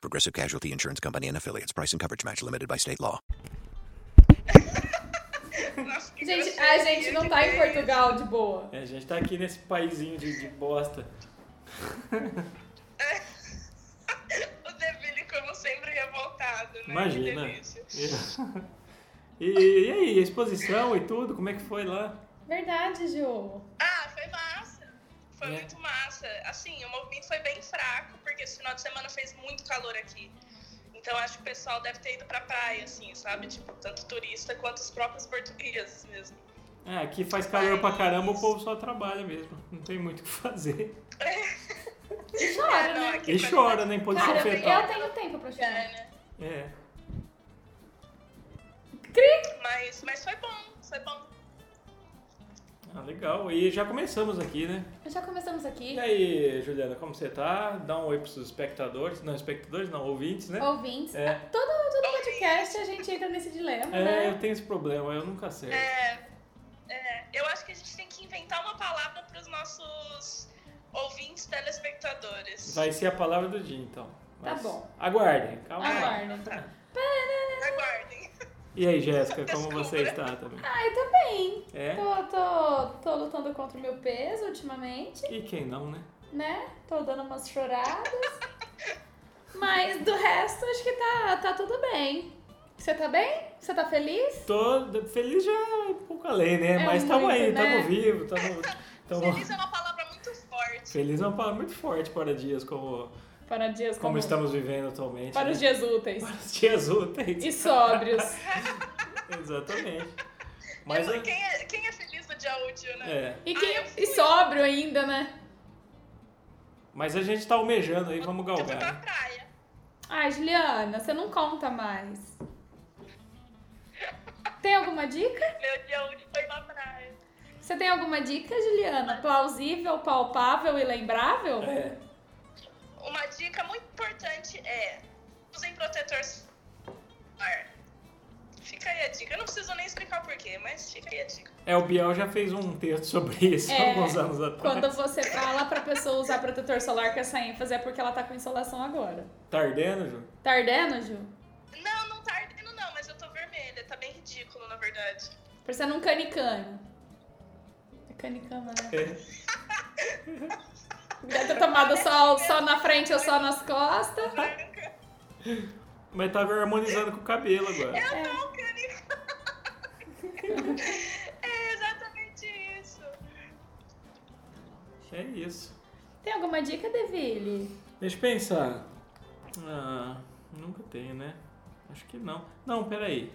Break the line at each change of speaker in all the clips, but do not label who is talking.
Progressive Casualty Insurance Company and affiliates. Price and coverage match limited by state law.
Gente, a gente não tá em Portugal de boa.
É, a gente tá aqui nesse paizinho de, de bosta.
O Deville, como sempre, revoltado, né?
Imagina. É.
Que delícia.
E, e aí, a exposição e tudo, como é que foi lá?
Verdade, Ju.
Ah, foi massa. Foi
É.
muito massa. Assim, o movimento foi bem fraco, porque esse final de semana fez muito calor aqui. Então acho que o pessoal deve ter ido pra praia, assim, sabe? Tipo, tanto turista quanto os próprios portugueses mesmo.
É, aqui faz calor pra caramba, o povo só trabalha mesmo. Não tem muito o que fazer.
E chora,
Não,
né?
aqui
E
foi-
chora, né? Em posição
Cara, eu
fetal.
tenho tempo pra
É,
chorar.
né?
É.
Cri!
Mas, mas foi bom, foi bom.
Ah, legal. E já começamos aqui, né?
Já começamos aqui.
E aí, Juliana, como você tá? Dá um oi pros espectadores. Não, espectadores não, ouvintes, né?
Ouvintes. Ah,
É.
Todo, todo podcast a gente entra nesse dilema,
É, eu
né?
tenho esse problema, eu nunca acerto.
É, é, eu acho que a gente tem que inventar uma palavra pros nossos ouvintes telespectadores.
Vai ser a palavra do dia, então.
Tá bom.
Aguardem,
Ah,
calma. aí.
Aguardem.
Tá
Aguardem.
E aí, Jéssica, como
Desculpa.
você está também?
Ah, eu também.
É?
Tô, tô, tô lutando contra o meu peso ultimamente,
E quem não, né?
né? Tô dando umas choradas. Mas do resto, acho que tá, tá tudo bem. Você tá bem? Você tá feliz?
Tô feliz já é um pouco além, né?
É
Mas tamo
muito,
aí,
né?
tamo vivo, tamo. tamo...
Feliz é uma palavra muito forte.
Feliz é uma palavra muito forte para dias como, como,
Para dias
estamos vivendo atualmente.
Para
né?
os dias úteis.
Para os dias úteis.
E sóbrios.
Exatamente. Mas
É,
é.
quem, é, quem é feliz no dia útil, né?
é.
E,
Ah, eu
quem,
fui.
e sóbrio ainda, né?
Mas a gente tá almejando aí, vamos
Eu fui pra
galgar.
praia.
Ai, Juliana, você não conta mais. Tem alguma dica?
Meu dia útil foi pra praia.
Você tem alguma dica, Juliana? Plausível, palpável e lembrável?
É.
Uma dica muito importante é usem protetor solar. Fica aí a dica. Eu não preciso nem explicar o porquê, mas fica aí a dica.
É, o Biel já fez um texto sobre isso há
É,
alguns anos atrás.
Quando você fala pra pessoa usar protetor solar com essa ênfase é porque ela tá com insolação agora.
Tá ardendo, Ju?
Tá ardendo, Ju?
Não, não tá ardendo não, mas eu tô vermelha. Tá bem ridículo, na verdade.
Parecendo um canicano. É canicama, né?
É.
Deve ter tomado sol, sol na frente ou sol nas costas.
Mas tava harmonizando com o cabelo agora.
Eu tô querendo. É exatamente isso.
É isso.
Tem alguma dica, Deville?
Deixa eu pensar. Ah, nunca tenho, né? Acho que não. Não, peraí.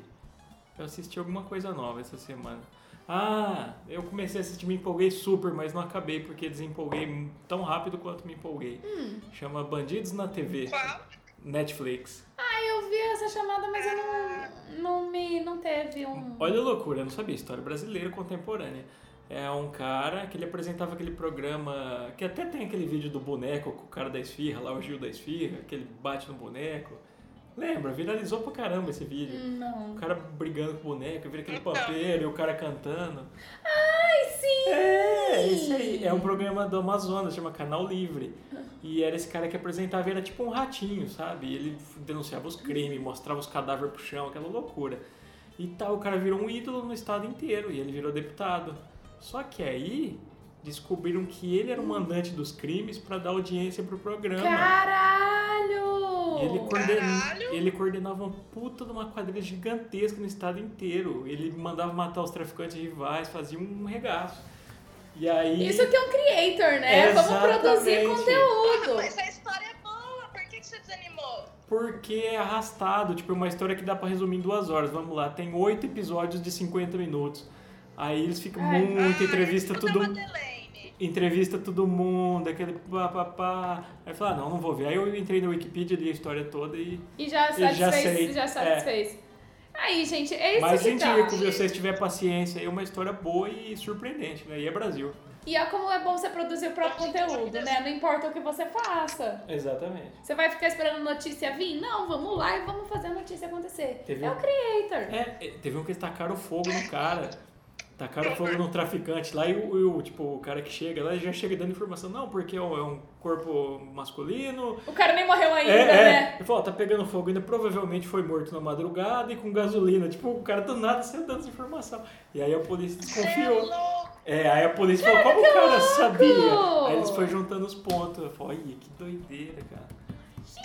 Eu assisti alguma coisa nova essa semana. Ah, eu comecei a assistir, me empolguei super, mas não acabei porque desempolguei tão rápido quanto me empolguei. Chama Bandidos na TV.
Qual?
Netflix.
Ah, eu vi essa chamada, mas eu não, não me não teve um.
Olha a loucura, eu não sabia. História brasileira contemporânea. É um cara que ele apresentava aquele programa que até tem aquele vídeo do boneco com o cara da esfirra, lá o Gil da esfirra, que ele bate no boneco. Lembra? Viralizou pra caramba esse vídeo.
Não.
O cara brigando com o boneco, vira aquele pampeiro e o cara cantando.
Ai, sim!
É, esse aí. É um programa do Amazonas, chama Canal Livre. E era esse cara que apresentava, era tipo um ratinho, sabe? E ele denunciava os crimes, mostrava os cadáveres pro chão, aquela loucura. E tal, o cara virou um ídolo no estado inteiro e ele virou deputado. Só que aí descobriram que ele era o mandante dos crimes pra dar audiência pro programa.
Caralho!
E ele, coordena...
Caralho!
ele coordenava uma puta de uma quadrilha gigantesca no estado inteiro. Ele mandava matar os traficantes rivais, fazia um regaço. E aí.
Isso que é um creator, né? Vamos produzir
Exatamente.
conteúdo.
Mas a história é boa. Por que, que você desanimou?
Porque é arrastado, tipo, é uma história que dá pra resumir em duas horas. Vamos lá, tem oito episódios de 50 minutos. Aí eles ficam
Ai.
muito,
Ah,
entrevista
tipo da
tudo.
Madeleine.
entrevista todo mundo, aquele pá, pá, pá. Aí eu falei, ah, não, não vou ver. Aí eu entrei na Wikipedia, li a história toda e
E já
Eu já
satisfez.
sei. É.
Já, satisfez. Aí, gente, é isso
Mas
que tá.
indico, viu? Se vocês tiverem paciência, é uma história boa e surpreendente, né? E é Brasil.
E olha como é bom você produzir o próprio conteúdo, né? Não importa o que você faça.
Exatamente.
Você vai ficar esperando notícia vir? Não, vamos lá e vamos fazer a notícia acontecer.
Teve
É
um-
o creator.
É, é, teve um que eles tacaram fogo no cara. Tacaram fogo no traficante lá e o, e o, tipo, o cara que chega lá já chega dando informação. Não, porque ó, é um corpo masculino.
O cara nem morreu ainda,
É, é.
né?
Ele falou, ó, tá pegando fogo ainda, provavelmente foi morto na madrugada e com gasolina. Tipo, o cara do nada saiu dando essa informação. E aí a polícia desconfiou.
louco.
É, aí a polícia falou, como o cara sabia?
é louco!
Aí eles foram juntando os pontos. Eu falei, olha, que doideira, cara.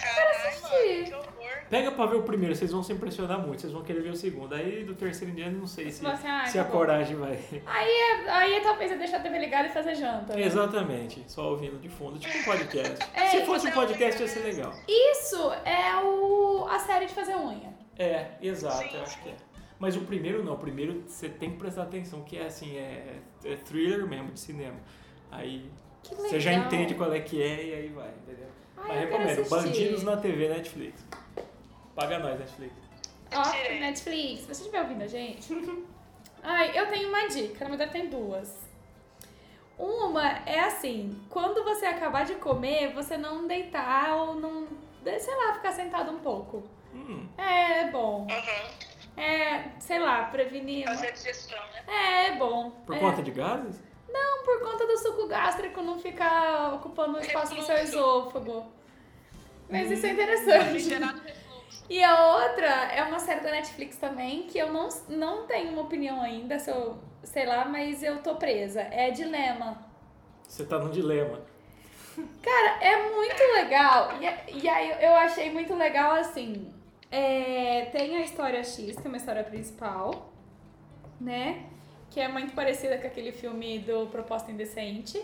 Caralho, mano,
assistir.
que horror.
Pega pra ver o primeiro, vocês vão se impressionar muito, vocês vão querer ver o segundo. Aí do terceiro em diante, não sei se,
Você fala assim, ah,
se a
tá bom.
coragem vai.
Aí, é- aí é talvez eu deixar a TV ligada e fazer janta. né?
Exatamente, só ouvindo de fundo, tipo um podcast.
É,
se fosse um
não,
podcast, ia
mas-
ser legal.
Isso é o, a série de fazer unha.
É, exato,
Sim.
eu acho que é. Mas o primeiro não, o primeiro você tem que prestar atenção, que é assim, é, é thriller mesmo de cinema. Aí
Que legal.
você já entende qual é que é e aí vai, entendeu?
Ai,
Mas
eu quero
recomendo,
assistir.
Bandidos na TV Netflix. Paga nós, Netflix.
Ó, Netflix, você estiver ouvindo a gente. Ai, eu tenho uma dica, na verdade tem duas. Uma é assim, quando você acabar de comer, você não deitar ou não, sei lá, ficar sentado um pouco.
Hum,
É bom.
Uhum.
É, sei lá, prevenir.
Fazer digestão, né?
É, é bom.
por
é.
conta de gases?
Não, por conta do suco gástrico não ficar ocupando o espaço do seu esôfago. Mas isso é interessante.
Gerado refluxo.
E a outra é uma série da Netflix também, que eu não, não tenho uma opinião ainda, se eu, sei lá, mas eu tô presa. É Dilema.
Você tá num dilema.
Cara, é muito legal. E, e aí eu achei muito legal assim. é, tem a história X, que é uma história principal, né? Que é muito parecida com aquele filme do Proposta Indecente.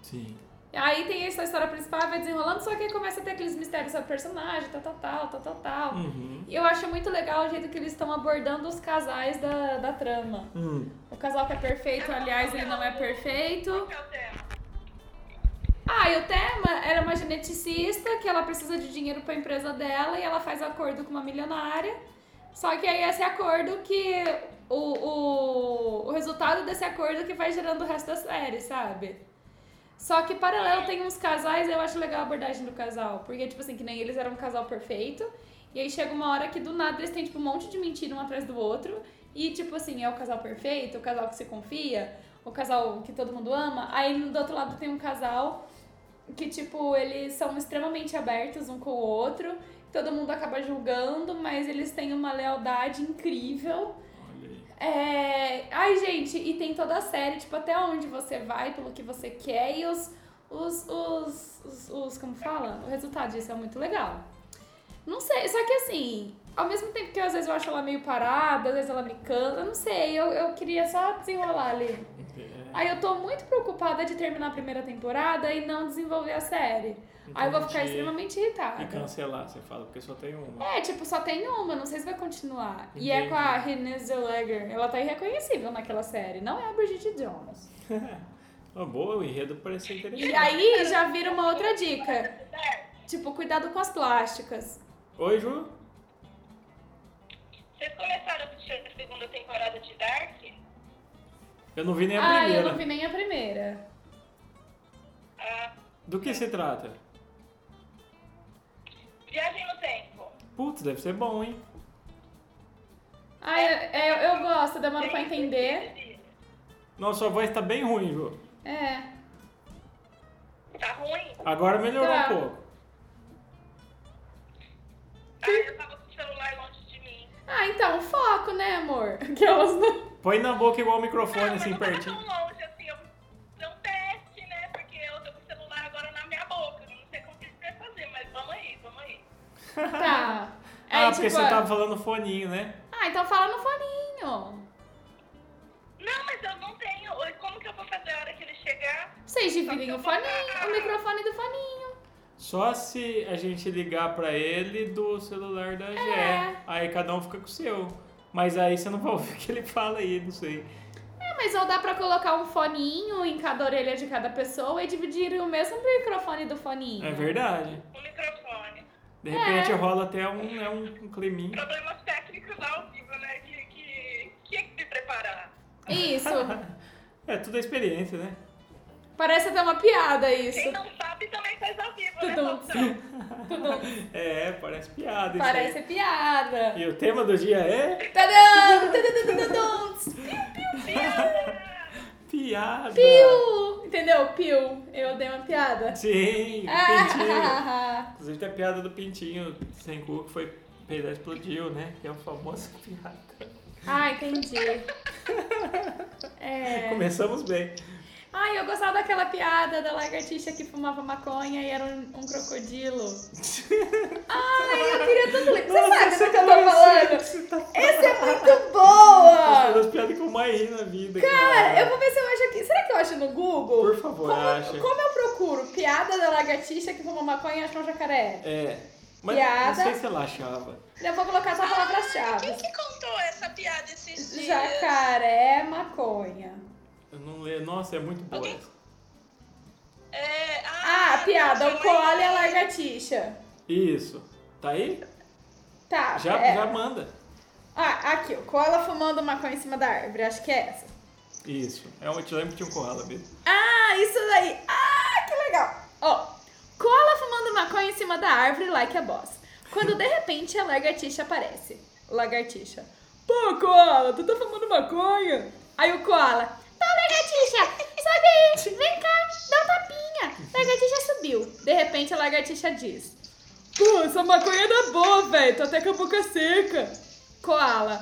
Sim.
Aí tem essa história principal, vai desenrolando, só que aí começa a ter aqueles mistérios sobre o personagem, tal, tal, tal, tal, tal, tal.
Uhum.
E Eu acho muito legal o jeito que eles estão abordando os casais da, da trama.
Hum.
O casal que é perfeito, aliás, ele não é perfeito.
Qual que é o tema?
Ah, e o tema era uma geneticista que ela precisa de dinheiro pra empresa dela e ela faz acordo com uma milionária. Só que aí esse acordo que. O, o, o resultado desse acordo que vai gerando o resto da série, sabe? Só que paralelo tem uns casais, eu acho legal a abordagem do casal. Porque, tipo assim, que nem eles eram um casal perfeito. E aí chega uma hora que do nada eles têm, tipo, um monte de mentira um atrás do outro. E, tipo assim, é o casal perfeito, o casal que se confia, o casal que todo mundo ama. Aí do outro lado tem um casal que, tipo, eles são extremamente abertos um com o outro. Todo mundo acaba julgando, mas eles têm uma lealdade incrível.
Olha aí.
É... Ai, gente, e tem toda a série, tipo, até onde você vai, pelo que você quer, e os. Os. os, os, os- como fala? O resultado disso é muito legal. Não sei, só que assim, ao mesmo tempo que às vezes eu acho ela meio parada, às vezes ela me cansa, eu não sei, eu, eu queria só desenrolar ali.
É,
Aí eu tô muito preocupada de terminar a primeira temporada e não desenvolver a série. Aí eu vou ficar
entendi.
extremamente
E
irritada.
cancelar, você fala, porque só tem uma.
É, tipo, só tem uma, não sei se vai continuar. E é com a Renée Zellweger. Ela tá irreconhecível naquela série, não é a Bridget Jones.
Uma Ah, boa, o enredo parece ser interessante.
E aí já vira uma outra dica.
é
Tipo, cuidado com as plásticas.
Oi, Ju?
Vocês começaram a assistir a segunda temporada de Dark?
Eu não vi nem É a
ah, eu
primeira.
não vi nem a primeira.
Ah,
Do que se trata?
Viagem no Tempo.
Putz, deve ser bom, hein?
Ah, eu, é, eu gosto, demora pra entender.
Nossa, sua voz tá bem ruim, Ju.
É.
Tá ruim?
Agora melhorou
Tá.
um pouco.
Ah, eu tava com o celular longe de mim.
Ah, então, foco, né, amor? Aquelas, né?
Põe na boca igual o
Não,
microfone,
mas
assim,
não tava
pertinho.
tão longe, assim, eu fiz um teste, né? Porque eu tô com o celular agora na minha boca. Não sei como que você vai fazer, mas vamos aí, vamos aí.
Tá. Aí,
ah, porque
tipo,
você tava falando foninho, né?
Ah, então fala no foninho.
Não, mas eu não tenho. Oi, Como que eu vou fazer a hora que ele chegar?
Vocês dividem o foninho, o microfone do foninho.
Só se a gente ligar pra ele do celular da Gé.
É.
Aí cada um fica com o seu. Mas aí você não vai ouvir o que ele fala aí, não sei.
Mas ou dá pra colocar um foninho em cada orelha de cada pessoa e dividir o mesmo microfone do foninho.
É verdade.
O microfone.
É.
De repente rola até um, né, um, um climinho.
Problemas técnicos ao vivo, né?
Isso.
É, tudo é experiência, né?
Parece até uma piada isso.
Quem não sabe também faz ao vivo, né,
Então,
Tudum.
produção?
Tudum.
É, parece piada isso aí.
Parece piada.
E o tema do dia é
Tadã! Tudududududum!
piada.
Piu! Entendeu? Piu. Eu dei uma piada.
Sim, pintinho.
Ah,
Inclusive tem a piada do pintinho sem cu que foi peidar e explodiu, né? Que é uma famosa piada.
ah, entendi. É.
Começamos bem.
Ai, eu gostava daquela piada da lagartixa que fumava maconha e era um, um crocodilo. Ai, eu queria tanto ler. Você sabe do que eu tô falando?
Você tá falando.
Essa é muito
Uma
boa!
das piadas que eu mais ri na vida.
Cara, eu vou ver se eu acho aqui. Será que eu acho no Google?
Por favor,
como,
acha.
como eu procuro piada da lagartixa que fuma maconha e acha um jacaré?
É. Mas
Piada.
não sei se ela achava.
Eu vou colocar só
Quem
palavras-chave.
que contou essa piada esses dias?
Jacaré, maconha.
Eu não leio. Nossa, é muito boa.
Alguém?
essa.
É, ah,
Ah, piada,
minha
o
mãe-
cole e a lagartixa.
Isso. Tá aí?
Tá,
Já,
é.
já manda.
Ah, aqui, o Koala fumando maconha em cima da árvore, acho que é essa.
Isso. É um, eu te lembro que tinha um koala mesmo.
Ah, isso daí! Ah, que legal! Ó, Koala fumando maconha em cima da árvore, like a boss. Quando de repente a lagartixa aparece. Lagartixa. Pô, Koala, tu tá fumando maconha? Aí o Koala. Tá, lagartixa, sobe aí, vem cá, dá um tapinha. Lagartixa subiu. De repente a lagartixa diz. Pô, essa maconha é da boa, velho, tô até com a boca seca. Koala.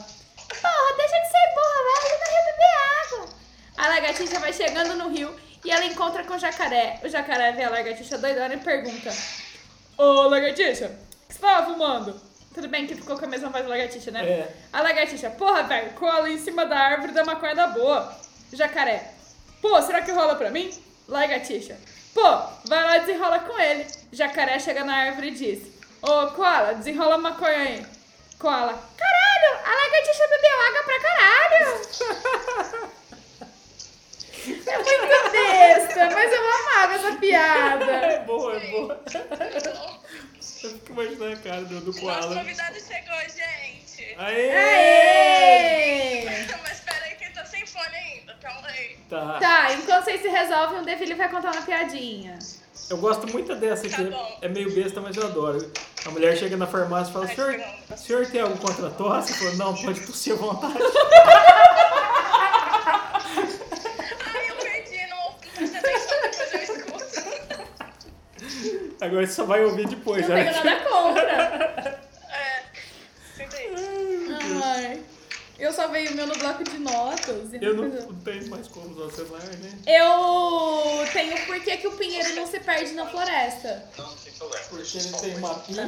Porra, deixa de ser burra, vai ali no rio beber água. A lagartixa vai chegando no rio e ela encontra com o jacaré. O jacaré vê a lagartixa doidona e pergunta: Ô lagartixa, o que você tava fumando? Tudo bem que ficou com a mesma voz da lagartixa, né?
É.
A lagartixa, porra, velho, cola em cima da árvore da maconha da boa. Jacaré, pô, será que rola pra mim? Lagartixa, pô, vai lá e desenrola com ele. Jacaré chega na árvore e diz: Ô, cola, desenrola a maconha aí. Cola, caralho, a lagartixa bebeu água pra caralho. É muito besta, mas eu amava essa piada.
É boa, é boa. Eu fico imaginando a cara do, do
Nosso
koala.
convidado chegou, gente.
Aê!
Aê!
Mas peraí que ele tá sem fone ainda, calma aí.
Tá.
Tá, enquanto vocês se resolvem, o Deville vai contar uma piadinha.
Eu gosto muito dessa
Tá
aqui.
bom.
é meio besta, mas eu adoro. A mulher chega na farmácia e fala:
Ai, tá
senhor,
pronto.
senhor tem algum contra a tosse? Ele Falou, não, pode tossir à vontade.
Ai, eu perdi, não prestei atenção, depois eu escuto.
Agora você só vai ouvir depois.
Não
né?
tenho nada contra.
É, entendi.
Ai, eu só veio o meu no bloco de notas. e
Eu não,
coisa-
não tenho mais como usar o celular, né?
Eu tenho por que que o pinheiro não se perde na floresta.
Porque ele tem mapinha.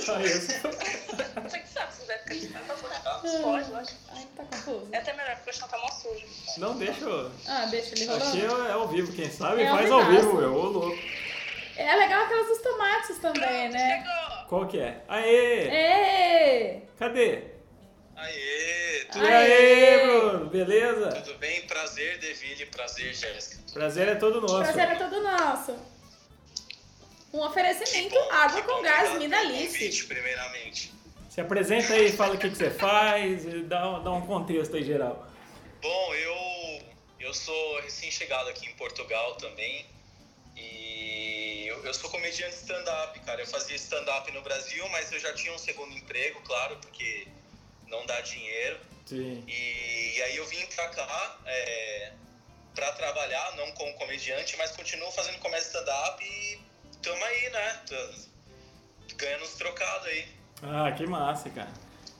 Só isso.
Você que sabe, se quiser ficar de pé, tá
Ah.
bom. Pode, lógico.
Ai, tá confuso.
É até melhor, porque o chão tá mó sujo.
Não, deixa. eu-
Ah, deixa ele
Aqui é,
rolando.
é ao vivo, quem sabe
É ao
faz ao
vivaço.
vivo, meu. Ô louco.
É legal aquelas dos tomates também, né?
Chegou!
Qual que é? Aê!
Ê!
Cadê?
Aê,
E
tudo,
Aê!
aí, Bruno? Beleza?
tudo bem? Prazer, Deville, prazer, Jéssica.
Prazer é todo nosso.
Prazer é todo nosso. Um oferecimento água com gás, Mina Alice.
Convite, primeiramente.
é-
Se apresenta aí, fala o que, que você faz, e dá, um- dá um contexto aí geral.
Bom, eu, eu sou recém-chegado aqui em Portugal também. E eu, eu sou comediante stand-up, cara. Eu fazia stand-up no Brasil, mas eu já tinha um segundo emprego, claro, porque não dá dinheiro.
Sim.
E, aí eu vim pra cá é, pra trabalhar, não como comediante, mas continuo fazendo comédia stand-up e tamo aí, né? Tô- ganhando uns trocados aí.
Ah, que massa, cara.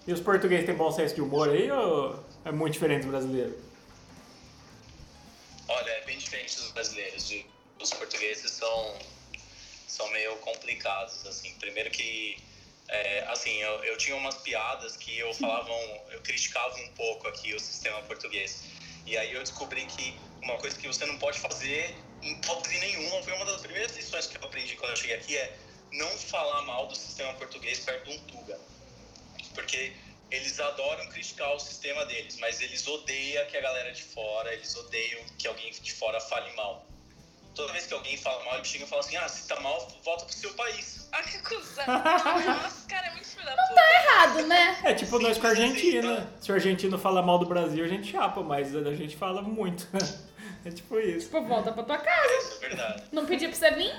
E os portugueses têm bom senso de humor aí ou é muito diferente do brasileiro?
Olha, é bem diferente dos brasileiros. viu? Os portugueses são, são meio complicados, assim. Primeiro que, é, assim, eu, eu tinha umas piadas que eu falava, um- eu criticava um pouco aqui o sistema português. E aí eu descobri que uma coisa que você não pode fazer em hipótese nenhuma, foi uma das primeiras lições que eu aprendi quando eu cheguei aqui, é não falar mal do sistema português perto de um tuga. Porque eles adoram criticar o sistema deles, mas eles odeiam que a galera de fora, eles odeiam que alguém de fora fale mal. Toda vez que alguém fala mal, eles chegam e falam assim: ah, se tá mal, volta pro seu país.
Olha que cuzão. Nossa, cara, é muito filho da puta.
Tá errado, né?
É tipo nós com a
Simples assim,
Argentina.
né?
Se o argentino fala mal do Brasil, a gente chapa, mas a gente fala muito. É tipo isso.
Tipo, volta pra tua casa.
Isso é verdade.
Não pedi pra você vir?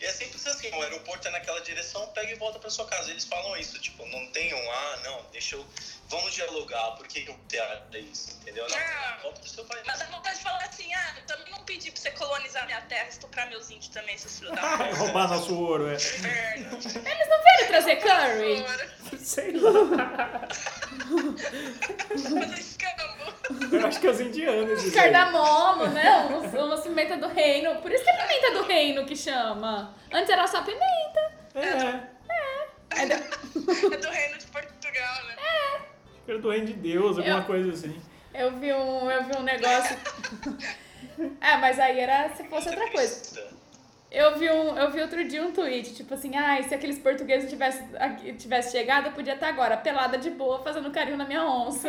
E é simples assim, o aeroporto é naquela direção, pega e volta pra sua casa. Eles falam isso, tipo, não tem um, ah, não, deixa eu, vamos dialogar, por que eu quero isso, entendeu?
Ah.
Não, volta pro seu país.
Mas dá vontade de falar assim, ah, eu também não pedi pra você colonizar minha terra, estuprar meus índios também, seus filhos da
Vai
puta.
roubar nosso ouro, é.
Inferno.
Eles não vieram trazer curry.
Sei lá.
Fazer escambo.
Eu acho que é os indianos.
Uns
isso aí.
cardamomo, né? Uns- Uma pimenta do reino. Por isso que é pimenta do reino que chama. Antes era só pimenta.
É.
É do reino de Portugal, né?
Eu do reino de Deus, alguma
Eu-
coisa assim.
é. Eu vi um, eu vi um negócio. É, mas aí era se fosse outra coisa. Eu vi, um, eu vi outro dia um tweet, tipo assim, ai, se aqueles portugueses tivessem aqui- tivesse chegado, eu podia estar agora, pelada de boa, fazendo carinho na minha onça.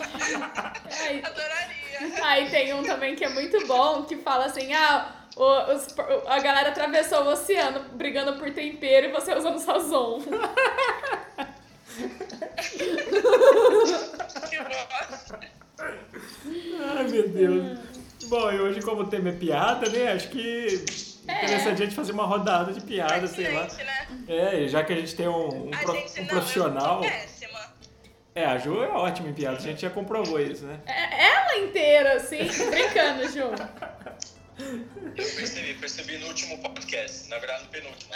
Ai,
Adoraria.
Aí tem um também que é muito bom, que fala assim, ah, o- os- a galera atravessou o oceano brigando por tempero e você usando sazon.
Que bosta.
Ai, meu Deus.
Hum.
Bom, e hoje, como o tema é piada, né? Acho que
É.
interessante a gente fazer uma rodada de piada, sei lá.
Gente, né?
É, e já que a gente tem um, um
A
pro-
gente
um
não,
profissional.
eu sou péssima.
É, a Ju é ótima em piada, a gente já comprovou isso, né?
É- Ela inteira, assim, brincando, Ju.
Eu percebi, percebi no último podcast, na verdade no penúltimo.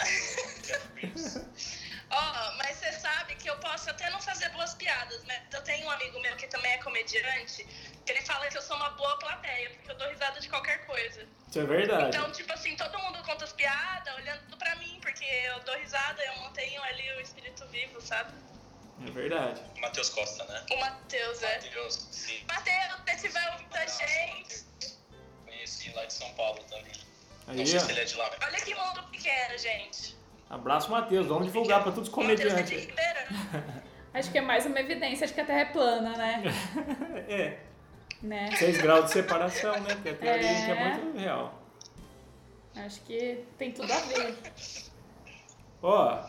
Ó, mas você sabe que eu posso até não fazer boas piadas, né? Eu tenho um amigo meu que também é comediante, que ele fala que eu sou uma boa plateia, porque eu dou risada de qualquer coisa.
Isso é verdade.
Então, tipo assim, todo mundo conta as piadas olhando pra mim, porque eu dou risada, eu mantenho ali o espírito vivo, sabe?
É verdade.
Matheus Costa, né?
O Matheus, é.
Matheus, sim.
Matheus, se tiver ouvindo a
Nossa,
gente,
Matheus. Conheci lá de São Paulo também.
Aí,
Não sei se ele
ó.
é de lá.
olha que mundo pequeno, gente.
Abraço, Matheus. Vamos divulgar pra todos os
Matheus é de
comediantes.
Ribeirão.
Acho que é mais uma evidência de que a Terra é plana, né?
É,
Né?
6 graus de separação, né? Porque a teoria
É.
que é muito real.
Acho que tem tudo a ver.
Ó,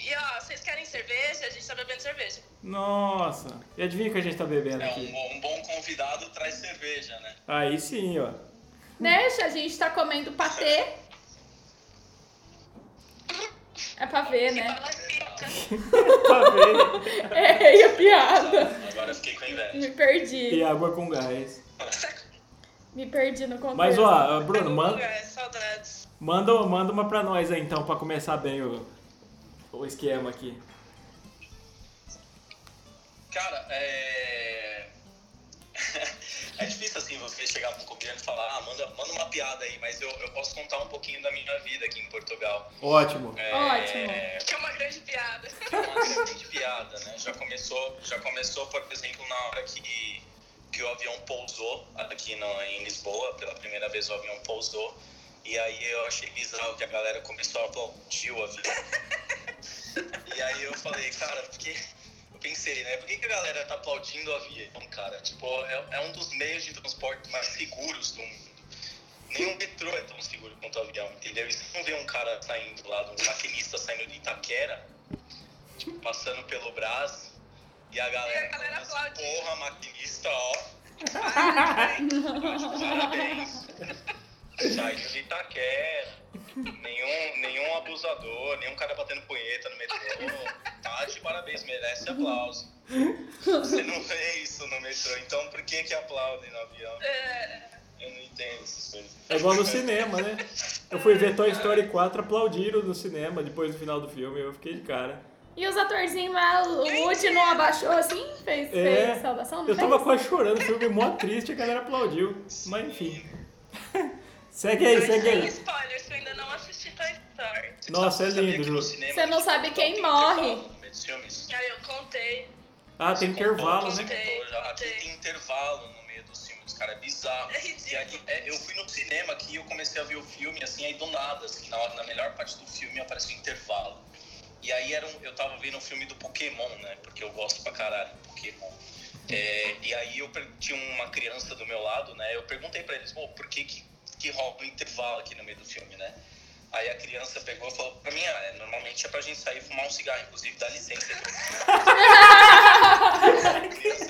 E ó, vocês querem cerveja? A gente tá bebendo cerveja.
nossa. E adivinha o que a gente tá bebendo
É, um,
aqui?
bom- um bom convidado traz cerveja, né?
Aí sim, ó.
Né? A gente tá comendo patê. É pra ver,
E
né?
fala fita.
Tá vendo?
Errei a piada.
Agora eu fiquei com inveja.
Me perdi.
E água com gás.
Me perdi no contexto.
Mas ó,
Tá
Bruno,
bom,
manda,
é, Saudades.
manda, manda uma pra nós aí então, pra começar bem o, o esquema aqui.
Cara, é. é difícil assim você chegar pro comediante e falar, ah, manda, manda uma piada aí, mas eu, eu posso contar um pouquinho da minha vida aqui em Portugal.
Ótimo.
É,
Ótimo.
Que é uma grande piada.
uma grande piada, né? Já começou, já começou, por exemplo, na hora que, que o avião pousou aqui no, em Lisboa, pela primeira vez o avião pousou, e aí eu achei bizarro que a galera começou a aplaudir o avião. e aí eu falei, cara, porque eu pensei, né? Por que, que a galera tá aplaudindo o avião, cara? Tipo, é, é um dos meios de transporte mais seguros do mundo. Nenhum metrô é tão seguro quanto o avião, entendeu? E se não vê um cara saindo lá, um maquinista saindo de Itaquera, tipo, passando pelo braço e a galera,
E a galera
falando assim,
aplaude.
porra, maquinista, ó, parabéns. Saiu de Itaquera, nenhum, nenhum abusador, nenhum cara batendo punheta no metrô, tá de parabéns, merece aplauso. Você não vê isso no metrô, então por que que aplaudem no avião? Eu não entendo essas coisas.
É igual no cinema, né? Eu fui ver Toy Story 4, aplaudiram no cinema depois do final do filme, eu fiquei de cara.
E os atorzinhos lá, o Woody não abaixou assim? Fez,
É,
fez saudação? Não
eu
fez?
tava quase chorando, o filme mó triste, a galera aplaudiu. Mas enfim. Segue aí,
Mas
segue
é
sem
aí.
spoilers, que eu ainda não assisti Toy Story.
Nossa, é
Você sabia
lindo,
que no
Ju.
cinema
Você não sabe
tem
quem
intervalo
morre.
no meio dos filmes?
Aí eu contei.
Ah, tem intervalo,
Você
né?
contou já. Aqui tem intervalo no meio dos filmes, cara. É bizarro.
É ridículo.
E aí, é, eu fui no cinema aqui e eu comecei a ver o filme, assim, aí do nada, assim, na, hora- na melhor parte do filme apareceu um intervalo. E aí era um- eu tava vendo um filme do Pokémon, né? Porque eu gosto pra caralho de Pokémon. É, e aí eu per- tinha uma criança do meu lado, né? Eu perguntei pra eles, pô, por que que que rola um intervalo aqui no meio do filme, né? Aí a criança pegou e falou pra mim, ah, é, normalmente é pra gente sair e fumar um cigarro, inclusive dá licença. Uma criança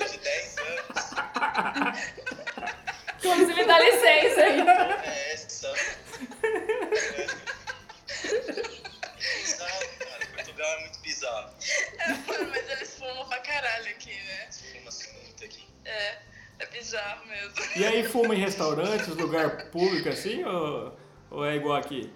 de 10 anos,
Inclusive, dá licença aí.
porra é essa? Exato, cara, Portugal é muito bizarro.
É, Mano, mas eles fumam pra caralho aqui, né?
Fuma-se muito aqui.
É, é bizarro mesmo.
E aí fuma em restaurantes, lugar público assim, ou, ou é igual aqui?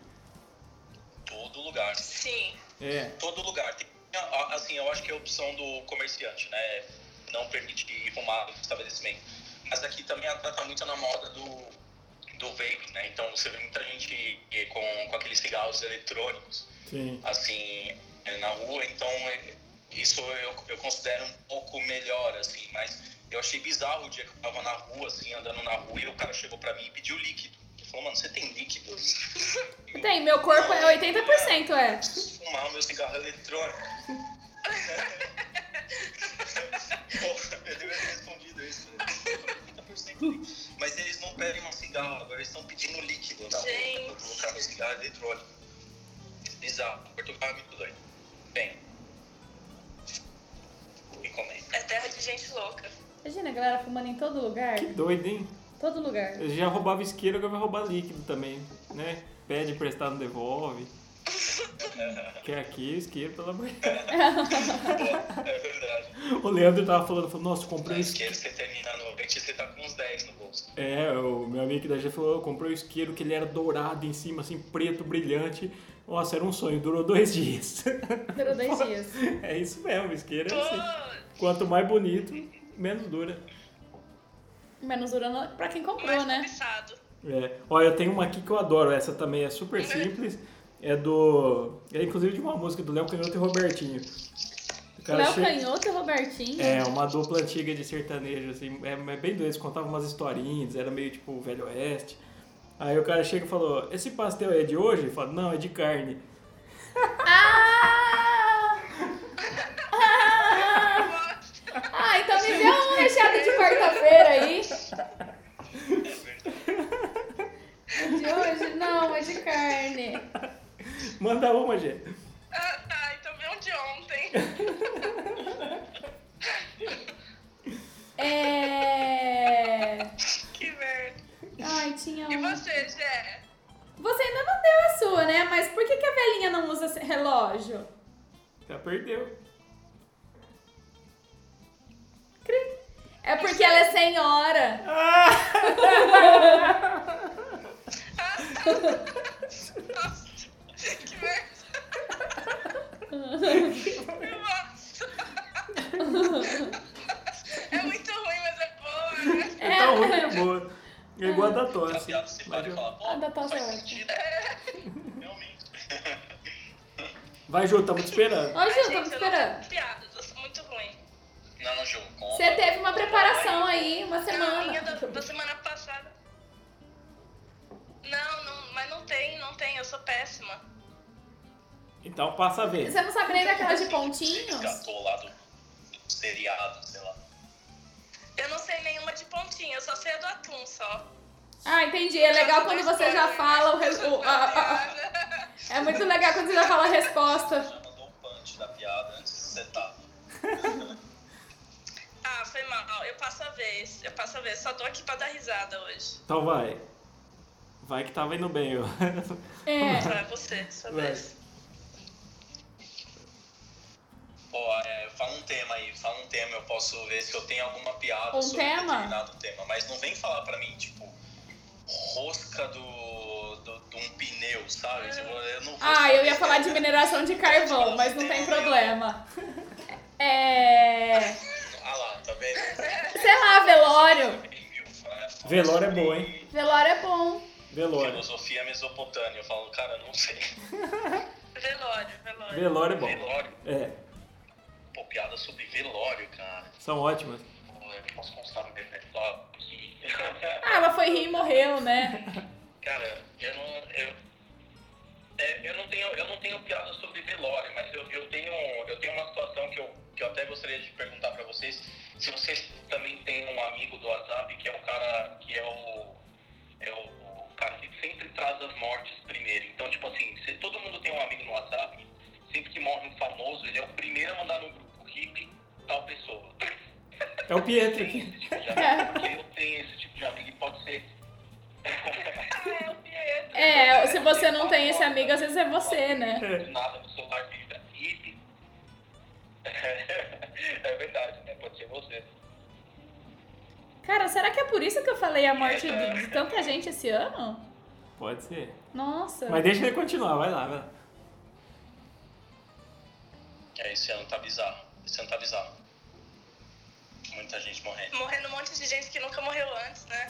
Todo lugar.
Sim.
É.
todo lugar. Tem, a- assim, eu acho que é a opção do comerciante, né? Não tipo, permite ir fumar no estabelecimento. Mas aqui também ela tá muito na moda do, do vape, né? Então você vê muita gente eh, com, com aqueles cigarros eletrônicos,
Sim.
assim, eh, na rua. Então eh, isso eu, eu considero um pouco melhor, assim. Mas eu achei bizarro o dia que eu tava na rua, assim, andando na rua e o cara chegou pra mim e pediu líquido. Ele falou, mano, você tem líquido? Eu,
Tem, meu corpo é 80%, é.
preciso fumar o meu cigarro eletrônico. Porra, eu devia ter respondido isso. né? 80%. Mas eles não pedem um cigarro, agora eles estão pedindo líquido na rua
Gente.
pra colocar no cigarro eletrônico. Bizarro, Portugal é muito doido. Bem, me comenta.
É terra de gente louca.
Imagina a galera fumando em todo lugar.
Doido, hein?
Todo lugar.
Ele já roubava isqueiro, agora vai roubar líquido também, né? Pede emprestado, não devolve. Que aqui o isqueiro, pelo amor de Deus.
É verdade.
O Leandro tava falando, falou, nossa,
é
comprei um
Mas que
isqueiro.
eles você termina no 20, você tá com uns 10 no bolso.
É, o meu amigo da gente falou, eu comprei um isqueiro que ele era dourado em cima, assim, preto, brilhante. Nossa, era um sonho, durou dois dias.
Durou dois dias.
É isso mesmo, isqueiro é assim.
Pô,
Quanto mais bonito, menos dura.
Menos durando pra quem comprou,
mais
né?
cobiçado.
É. Olha, eu tenho uma aqui que eu adoro, essa também é super simples. É do. É inclusive de uma música do Léo Canhoto e Robertinho. O cara
Léo
chega-
Canhoto e Robertinho.
Tá É, uma dupla antiga de sertanejo, assim, é, é bem doido, eles contavam umas historinhas, era meio tipo o Velho Oeste. Aí o cara chega e falou, esse pastel é de hoje? Ele fala, não, é de carne.
Ah! Ah! Ah, então me deu um recheado de quarta-feira aí. De hoje? Não, é de carne.
Manda uma, gente.
Ah, tá, então vê um de ontem.
É.
que merda.
Ai, tinha
E
um.
você, Jé?
Você ainda não deu a sua, né? Mas por que, que a velhinha não usa esse relógio?
Já perdeu.
Cri. É porque ela é senhora.
Nossa, que merda. Nossa. É muito ruim, mas é boa, né?
É tão ruim que é boa. É igual a da
Tá
tosse.
Piada, você
Vai,
pode falar,
A
pô,
da tosse é
faz
ótima.
sentido. Realmente.
Vai, Ju, tamo te esperando.
Ô, Gil,
Ai,
tô me
gente, eu não tenho
esperando.
Piadas, eu sou muito ruim.
Não, não, Ju, conta.
Você teve uma preparação aí, uma
Não, a minha
semana.
da, da semana passada. Não, não, mas não tem, não tem, eu sou péssima.
Então passa a ver.
Você não sabe nem daquela de pontinhos?
Escapou lá do do seriado, sei lá.
Eu não sei nenhuma de pontinha, eu só sei a do atum só.
Ah, entendi. É legal quando você já fala o. res- o- a- a- a-
né?
É muito legal quando você já fala a resposta.
Já mandou um punch da piada antes de você tá.
Ah, foi mal. Eu passo a vez. Eu passo a vez. Só tô aqui pra dar risada hoje.
Então vai. Vai que tava indo bem, ó.
É.
Só é você, sua
Vai.
vez.
Pô, é, fala um tema aí, fala um tema, eu posso ver se eu tenho alguma piada
Um
sobre
tema?
determinado tema. Mas não vem falar pra mim, tipo, rosca do, do, de um pneu, sabe? Tipo, eu não vou
Ah,
saber
eu ia
se é um
falar de mineração de carvão, mas não tem problema. É.
Ah lá, tá vendo?
Sei lá, velório.
é
Velório é bom, hein?
Velório é bom.
Velório.
Filosofia mesopotâmea. Eu falo, cara, não sei.
Velório, velório.
Velório é bom.
Velório.
É,
Pô, piada sobre velório, cara.
são ótimas.
Pô, eu posso constar no meu velório que-
Ah, ela foi rir e morreu, né?
Cara, eu não. Eu, é, eu não tenho, eu não tenho piada sobre velório, mas eu, eu, tenho, eu tenho uma situação que eu, que eu até gostaria de perguntar pra vocês. Se vocês um também têm um amigo do WhatsApp que é o cara que é o. É o, o cara que assim, se todo mundo tem um amigo no WhatsApp, sempre que morre um famoso, ele é o primeiro a mandar no grupo hippie tal pessoa.
É o Pietro
Tem
aqui.
esse tipo de amigo, porque eu tenho esse tipo de amigo e pode ser.
Ah, é o Pietro.
É, se você não tem esse amigo, às vezes é você, né?
Do nada no celular vibra hippie. É verdade, né? Pode ser você.
Cara, será que é por isso que eu falei a morte de, de tanta gente esse ano?
Pode ser.
Nossa.
Mas deixa ele continuar, vai lá, vai lá.
É, esse ano tá bizarro. Esse ano tá bizarro. Muita gente morrendo.
Morrendo um monte de gente que nunca morreu antes, né?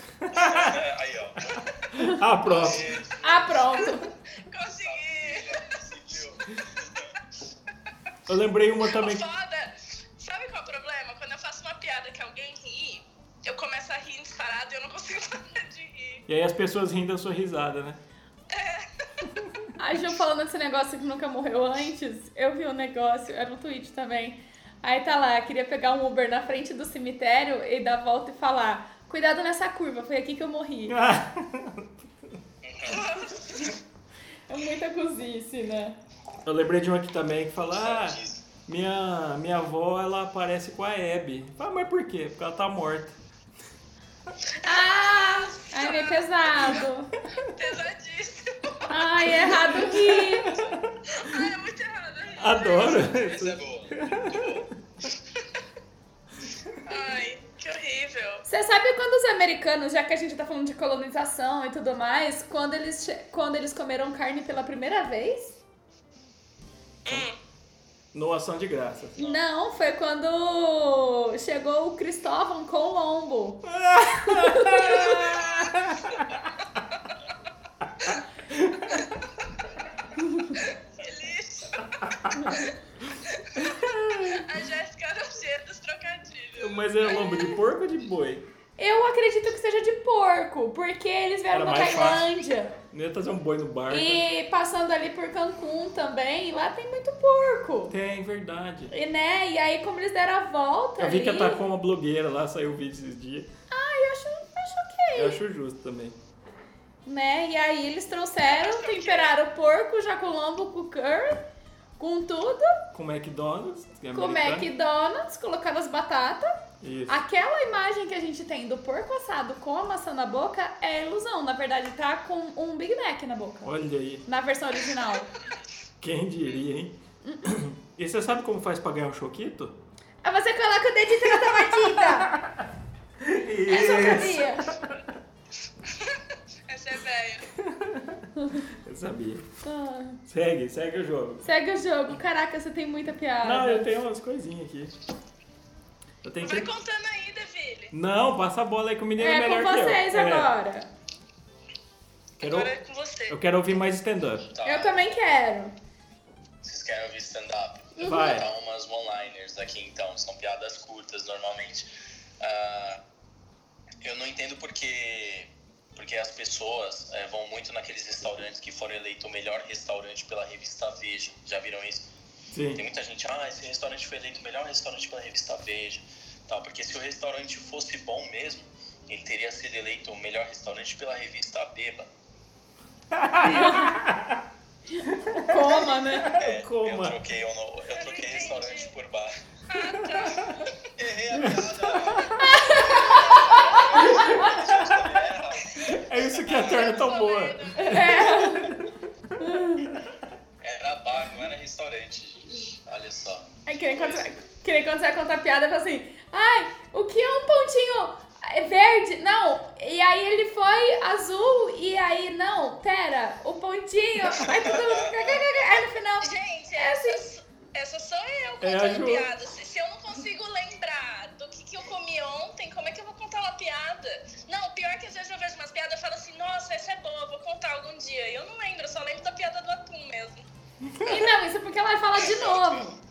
É, aí, ó.
Ah, próximo.
Esse-
Ah, pronto.
Consegui!
Conseguiu.
Eu lembrei uma também.
O foda. Sabe qual é o problema? Quando eu faço uma piada que alguém ri, eu começo a rir disparado e eu não consigo parar de rir. É.
E aí as pessoas rindo da sua risada, né?
A Ju falando desse negócio que nunca morreu antes, eu vi um negócio, era um tweet também. Aí tá lá, queria pegar um Uber na frente do cemitério e dar a volta e falar: Cuidado nessa curva, foi aqui que eu morri. É muita cozice, né?
Eu lembrei de uma aqui também que fala: ah,
Certíssimo.
minha, minha avó ela aparece com a Abby. Fala, mas por quê? Porque ela tá morta.
Ah! Ai, meio pesado.
Pesadíssimo.
Ai, é errado aqui.
Ai, é muito errado. né?
Adoro.
Essa é boa. Muito boa.
Ai, que horrível.
Você sabe quando os americanos, já que a gente tá falando de colonização e tudo mais, quando eles, che- quando eles comeram carne pela primeira vez?
Tá.
Hum,
Noação de graça.
Não, foi quando chegou o Cristóvão com o lombo.
Que lixo. A Jéssica era cheia dos trocadilhos.
Mas é lombo de porco ou de boi?
Eu acredito que seja de porco, porque eles vieram
Era
da
mais
Tailândia
Não ia trazer um boi no barco.
e passando ali por Cancún também, e lá tem muito porco.
Tem, verdade.
E né, e aí como eles deram a volta
Eu vi que
ali-
atacou uma blogueira lá, saiu o vídeo esses dias.
Ai, eu acho, eu acho ok.
Eu acho justo também.
Né, e aí eles trouxeram, temperaram o porco já com lombo, com curry, com tudo,
Com McDonald's. que é
com
americano.
McDonald's, colocaram as batatas.
Isso.
Aquela imagem que a gente tem do porco assado com a maçã na boca é ilusão. Na verdade, tá com um Big Mac na boca.
Olha aí.
Na versão original.
Quem diria, hein? E você sabe como faz pra ganhar um choquito?
Aí você coloca o dedinho na tomatina. Essa eu sabia.
Essa é velha.
Eu sabia.
Ah,
Segue, segue o jogo.
segue o jogo. Caraca, você tem muita piada.
Não, eu tenho umas coisinhas aqui. Eu tenho
Vai
que...
contando aí, Deville.
Não, passa a bola aí que o menino é,
É
melhor
com
que eu.
vocês
É,
agora.
Quero...
Agora é com você.
Eu quero ouvir mais stand-up.
Tá.
Eu também quero.
Vocês querem ouvir stand-up?
Uhum.
Eu vou
Vai.
botar umas one-liners aqui então, são piadas curtas normalmente. Ah, eu não entendo porque, porque as pessoas eh, vão muito naqueles restaurantes que foram eleito o melhor restaurante pela revista Veja. Já viram isso?
Sim.
Tem muita gente, ah, esse restaurante foi eleito o melhor restaurante pela revista Veja. Tal, porque se o restaurante fosse bom mesmo, ele teria sido eleito o melhor restaurante pela revista Beba.
Coma, né?
É, eu
Coma.
troquei, o no- eu troquei
entendi.
restaurante por bar. Errei a piada. né?
É isso que a torna tão boa.
Tá
É.
Era bar, não era restaurante. Olha só.
É que nem quando, você- que nem quando você vai contar piada, fala assim, ai, o que é um pontinho É verde? Não, e aí ele foi azul, e aí, não, pera, o pontinho, aí todo mundo, aí no final,
Gente,
É assim.
essas, essas sou eu
É a
contando
Ju.
piadas. Se se eu não consigo lembrar do que, que eu comi ontem, como é que eu vou contar uma piada? Não, pior é que às vezes eu vejo umas piadas e falo assim, nossa, essa é boa, eu vou contar algum dia. E eu não lembro, eu só lembro da piada do atum mesmo.
e não, isso é porque ela fala de novo.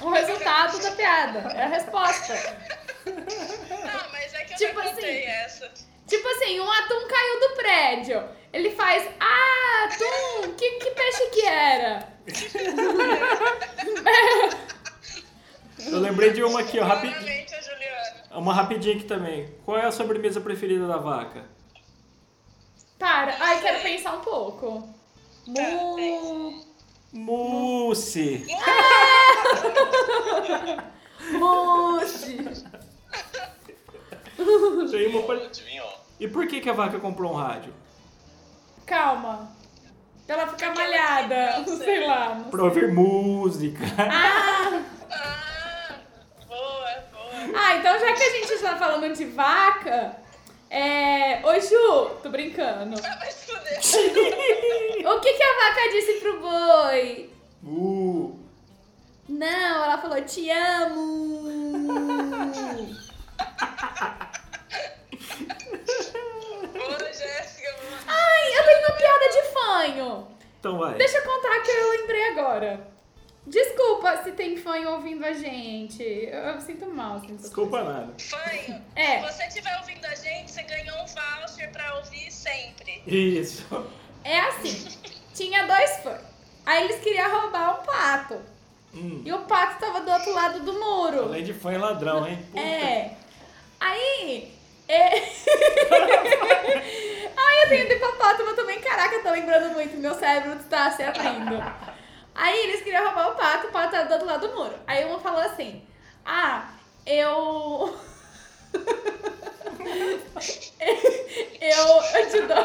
O resultado da piada, é a resposta.
Ah, mas é que eu
Tipo
já contei
assim.
essa.
Tipo assim, um atum caiu do prédio, ele faz, ah, atum, que, que peixe que era?
Eu lembrei de uma aqui, ó, rapidinho.
Claramente a Juliana.
Uma rapidinha aqui também. Qual é a sobremesa preferida da vaca?
Para, ai, quero pensar um pouco.
Tá,
Mu.
Mousse.
Mochi.
Isso aí é uma
Ó,
coisa-
Adivinhou?
E por que, que a vaca comprou um rádio?
Calma. Pra ela ficar
Porque ela
malhada.
fica-
Sei lá. não
Pra ouvir música.
Ah, boa, boa.
Ah, então já que a gente está falando de vaca, é... Ô Ju, tô brincando.
Ah, vai se fuder.
O que, que a vaca disse pro boi?
Mu.
Não, ela falou, te amo.
Boa, Jéssica. boa.
Ai, eu tenho uma piada de fanho.
Então vai.
Deixa eu contar que eu lembrei agora. Desculpa se tem fanho ouvindo a gente. Eu, eu sinto mal. Sinto
Desculpa nada.
Fanho,
É.
se você estiver ouvindo a gente, você ganhou um voucher pra ouvir sempre.
Isso.
É assim, tinha dois fãs. Aí eles queriam roubar um pato.
Hum.
E o pato tava do outro lado do muro.
Além de fã e ladrão, hein? Puta.
É. Aí. É... Aí eu tenho de hipopótamo também. Caraca, eu tô lembrando muito. Meu cérebro tá se abrindo. Aí eles queriam roubar o pato, o pato tava do outro lado do muro. Aí uma falou assim: Ah, eu. eu, eu te dou.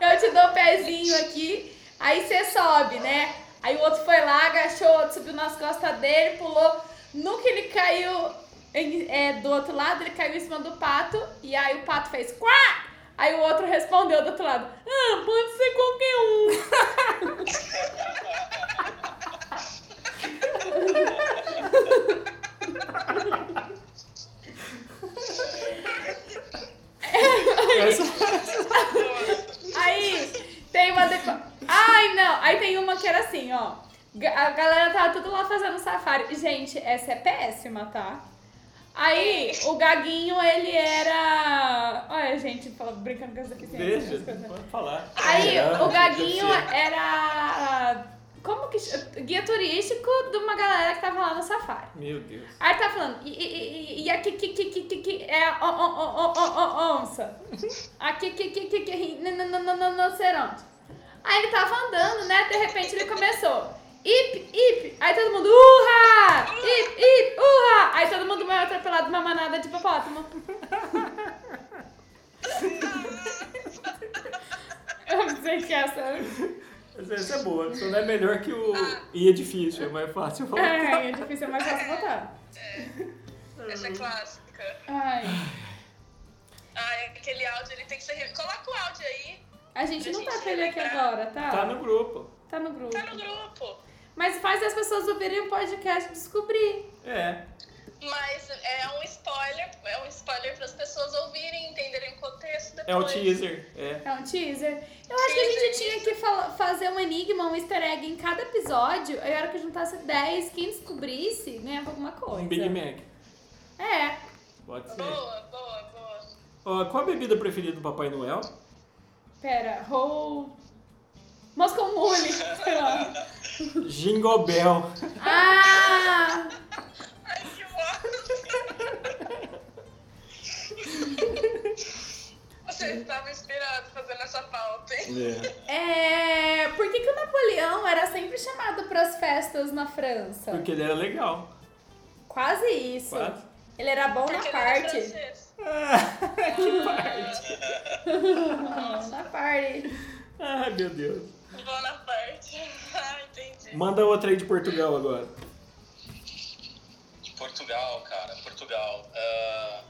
Eu te dou o pezinho aqui. Aí você sobe, né? Aí o outro foi lá, agachou, o outro subiu nas costas dele, pulou. No que ele caiu em- é, do outro lado, ele caiu em cima do pato. E aí o pato fez quá! Aí o outro respondeu do outro lado: Ah, pode ser um." qualquer um.
Essa...
Aí tem uma depois. Ai, não. Aí tem uma que era assim, ó. Ga- A galera tava tudo lá fazendo safari. Gente, essa é péssima, tá? Aí o Gaguinho, ele era. Olha, gente, fala- brincando com essa aqui. sem
Deixa,
essas coisas.
pode falar. É,
Aí
Não,
o
não
Gaguinho é-
precisa.
era. Como que. ch- Guia turístico de uma galera que tava lá no safari.
Meu Deus.
Aí tá falando, e, e, e, e a que, que, que, que, que, que é a on, on, on, on, on, onça. A que, que, que, que, que, rinoceronte. Aí ele tava andando, né? De repente ele começou. Ip, ip. Aí todo mundo, urra! Ip, ip, urra! Aí todo mundo morreu atropelado de uma manada de hipopótamo. Eu não sei que essa...
Mas Essa é boa. Isso não é melhor que o...
Ah.
E é difícil, é mais fácil falar.
Ai, é difícil, é mais fácil botar.
Essa é clássica.
Ai,
Ah, aquele áudio, ele tem que ser... re- Coloca o áudio aí,
a gente não tá com ele aqui agora, tá?
Tá no grupo.
Tá no grupo.
tá no grupo.
Mas faz as pessoas ouvirem o podcast e descobrir.
É.
Mas é um spoiler, é um spoiler para as pessoas ouvirem, entenderem o contexto depois.
É o teaser. É.
É um teaser. Eu acho que a gente tinha que fala- fazer um enigma, um easter egg em cada episódio. Aí a hora que juntasse 10, quem descobrisse ganhava alguma coisa.
Um Big Mac.
É.
Pode ser.
Boa, boa, boa.
Ó, qual a bebida preferida do Papai Noel?
Pera, roll. Moscou Mule, sei lá.
Jingle Bell.
Ah!
Ai, É que bom. Você estava inspirado fazendo essa pauta, hein?
É.
É. Por que, que o Napoleão era sempre chamado pras festas na França?
Porque ele era legal.
Quase isso.
Quase.
Ele era bom
Porque
na
ele era
parte.
francês.
Bom na parte.
Ai, Ah, meu Deus.
Bom na parte. Ah, entendi.
Manda outra aí de Portugal agora.
De Portugal, cara, Portugal. Ah,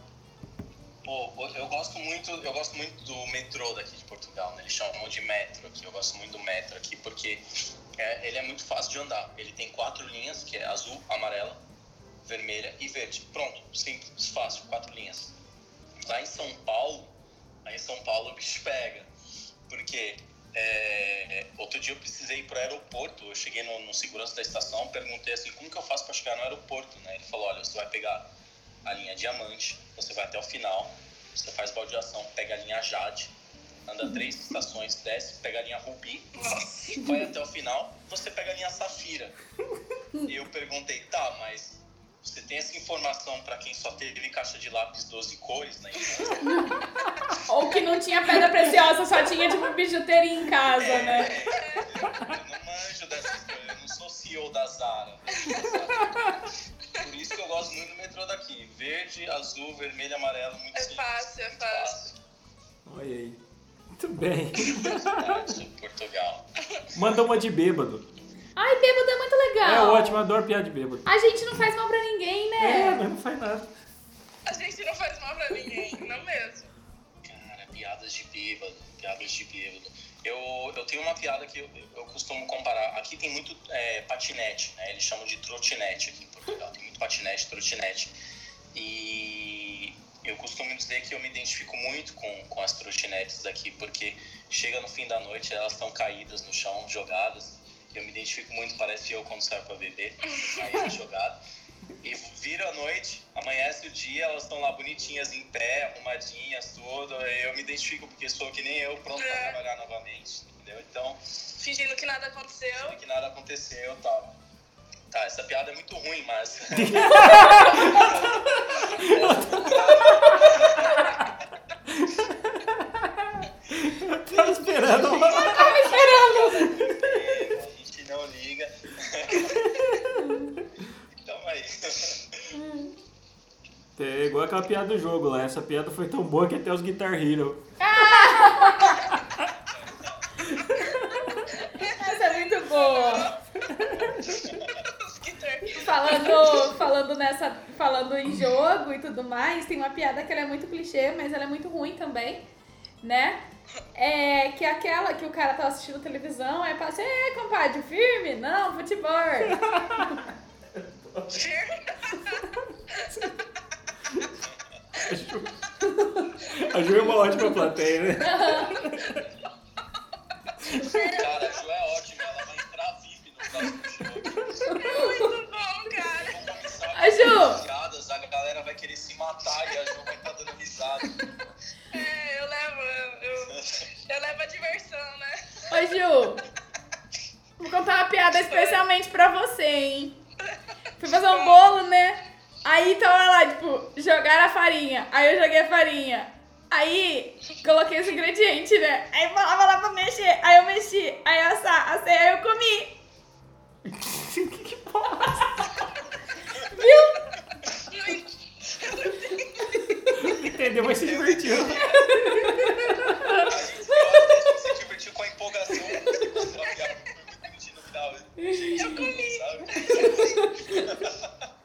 pô, eu gosto muito, eu gosto muito do metrô daqui de Portugal, né? Eles chamam de metro aqui. Eu gosto muito do metro aqui porque é, ele é muito fácil de andar. Ele tem quatro linhas, que é azul, amarela, vermelha e verde. Pronto, simples, fácil, quatro linhas. Lá em São Paulo, lá em São Paulo o bicho pega. Porque é, outro dia eu precisei ir pro aeroporto, eu cheguei no, no segurança da estação, perguntei assim, como que eu faço para chegar no aeroporto, né? Ele falou, olha, você vai pegar a linha Diamante, você vai até o final, você faz baldeação, pega a linha Jade, anda três estações, desce, pega a linha Rubi, vai até o final, você pega a linha Safira. E eu perguntei, tá, mas Você tem essa informação pra quem só teve caixa de lápis 12 cores né?" na infância?
Ou que não tinha pedra preciosa, só tinha tipo bijuteria em casa, né?
Eu não manjo dessas coisas, eu não sou CEO da Zara. Por isso que eu gosto muito do metrô daqui. Verde, azul, vermelho, amarelo, muito
É fácil, é fácil.
Olha aí. Muito bem.
fácil. Portugal.
Manda uma de bêbado.
Ai, bêbado é muito
É
legal.
ótimo, adoro piada de bêbado.
A gente não faz mal pra ninguém,
É,
né?
mas não faz nada.
A gente não faz mal pra ninguém, não mesmo.
Cara, piadas de bêbado, piadas de bêbado. Eu, eu tenho uma piada que eu, eu costumo comparar. Aqui tem muito é, patinete, né? Eles chamam de trotinete aqui em Portugal. Tem muito patinete, trotinete. E eu costumo dizer que eu me identifico muito com, com as trotinetes daqui, porque chega no fim da noite, elas estão caídas no chão, jogadas. Eu me identifico muito, parece eu quando saio pra beber, caída, jogada. E vira a noite, amanhece o dia, elas estão lá bonitinhas, em pé, arrumadinhas, tudo. Eu me identifico porque sou que nem eu, pronto pra
É.
trabalhar novamente, entendeu? Então,
Fingindo que nada aconteceu.
que nada aconteceu e tal. Tá, essa piada é muito ruim, mas.
Tava esperando uma.
É, a gente não liga. então é isso.
É igual aquela piada do jogo lá. Essa piada foi tão boa que até os Guitar Hero.
Essa é muito boa.
Os guitar-
Falando, falando nessa, falando em jogo e tudo mais, tem uma piada que ela é muito clichê, mas ela é muito ruim também, né? É que é aquela que o cara tá assistindo televisão, aí passa, ei, compadre, firme? Não, futebol.
A Ju, a Ju é uma ótima plateia, né?
Cara, a Ju é ótima, ela vai entrar VIP no próximo jogo.
É Muito bom, cara.
A Ju!
Piadas, a galera vai querer se matar e a Ju vai estar dando risada.
É, eu levo, eu, eu- eu levo a diversão, né?
Ô, Ju, vou contar uma piada especialmente pra você, hein? Fui fazer um bolo, né? Aí tava lá, tipo, jogaram a farinha. Aí eu joguei a farinha. Aí coloquei os ingredientes, né? Aí falava lá pra mexer. Aí eu mexi. Aí eu assar, assei, aí eu comi.
que porra?
Viu?
Entendeu? Mas se divertiu.
A gente gosta de se divertir com a empolgação. Uma piada que foi muito bonitinha no final.
Eu comi.
Sabe?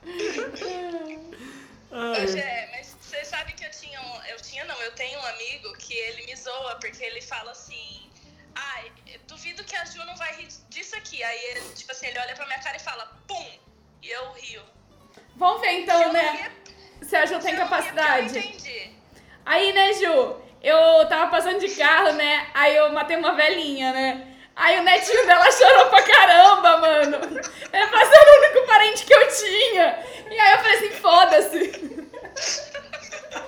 Ai,
Hoje é, mas você sabe que eu tinha um. Eu tinha, não, eu tenho um amigo que ele me zoa porque ele fala assim. Ai, eu duvido que a Ju não vai rir disso aqui. Aí ele, tipo assim, ele olha pra minha cara e fala, pum! E eu rio.
Vamos ver
Eu
então,
não
né?
ria-
Se a Ju tem
eu um não ria porque Eu
capacidade.
entendi.
Aí, né, Ju? Eu tava passando de carro, né? Aí eu matei uma velhinha, né? Aí o netinho dela chorou pra caramba, mano. Era pra ser o único parente que eu tinha. E aí eu falei assim, foda-se.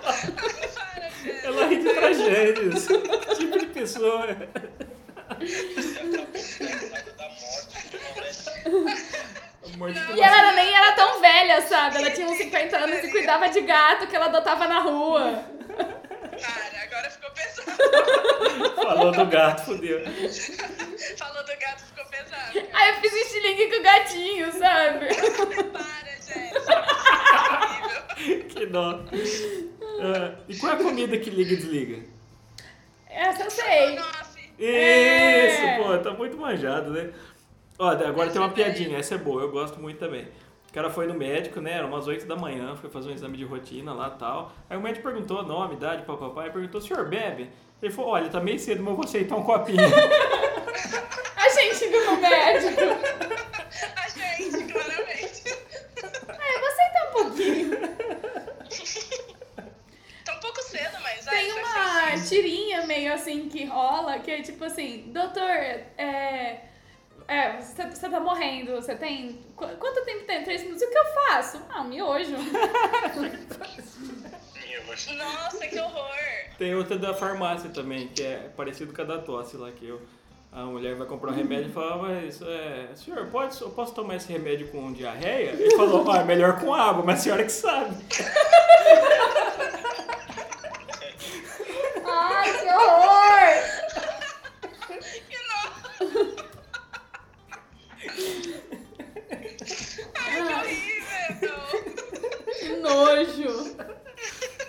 Para, cara.
ela ri de tragédias. Que tipo de pessoa é?
Risada da morte. de uma mulher.
Amor de
E ela era- nem era tão velha, sabe? Ela tinha uns 50 anos e cuidava de gato que ela adotava na rua.
Para, agora ficou pesado.
Falou do gato, fodeu.
Falou do gato, ficou pesado.
Aí eu fiz um estilingue com o gatinho, sabe?
Para, gente. É Horrível.
Que dó. Ah, e qual é a comida que liga e desliga?
Essa eu sei.
Nossa.
Isso,
É.
pô, tá muito manjado, né? Ó, agora tem uma piadinha, essa é boa, eu gosto muito também. O cara foi no médico, né? Era umas 8 da manhã, foi fazer um exame de rotina lá e tal. Aí o médico perguntou nome, idade, papapá, e perguntou: senhor bebe? Ele falou: olha, tá meio cedo, mas eu vou aceitar um copinho.
A gente viu no médico.
A gente, claramente.
É, você tá um pouquinho.
Tá um pouco cedo, mas... ai,
Tem
vai
uma tirinha meio assim que rola, que é tipo assim, doutor, é. É, você, você tá morrendo, você tem. qu- Quanto tempo tem? Três minutos? O que eu faço? Ah, um miojo.
ser assim. Nossa, que horror.
tem outra da farmácia também, que é parecido com a da tosse lá, que eu. A mulher vai comprar um remédio e fala, mas é, senhor, pode, eu posso tomar esse remédio com diarreia? Ele falou, ah, é melhor com água, mas a senhora que sabe.
Ai, que horror!
Que nojo. Ai,
Ah.
que horrível.
Que nojo.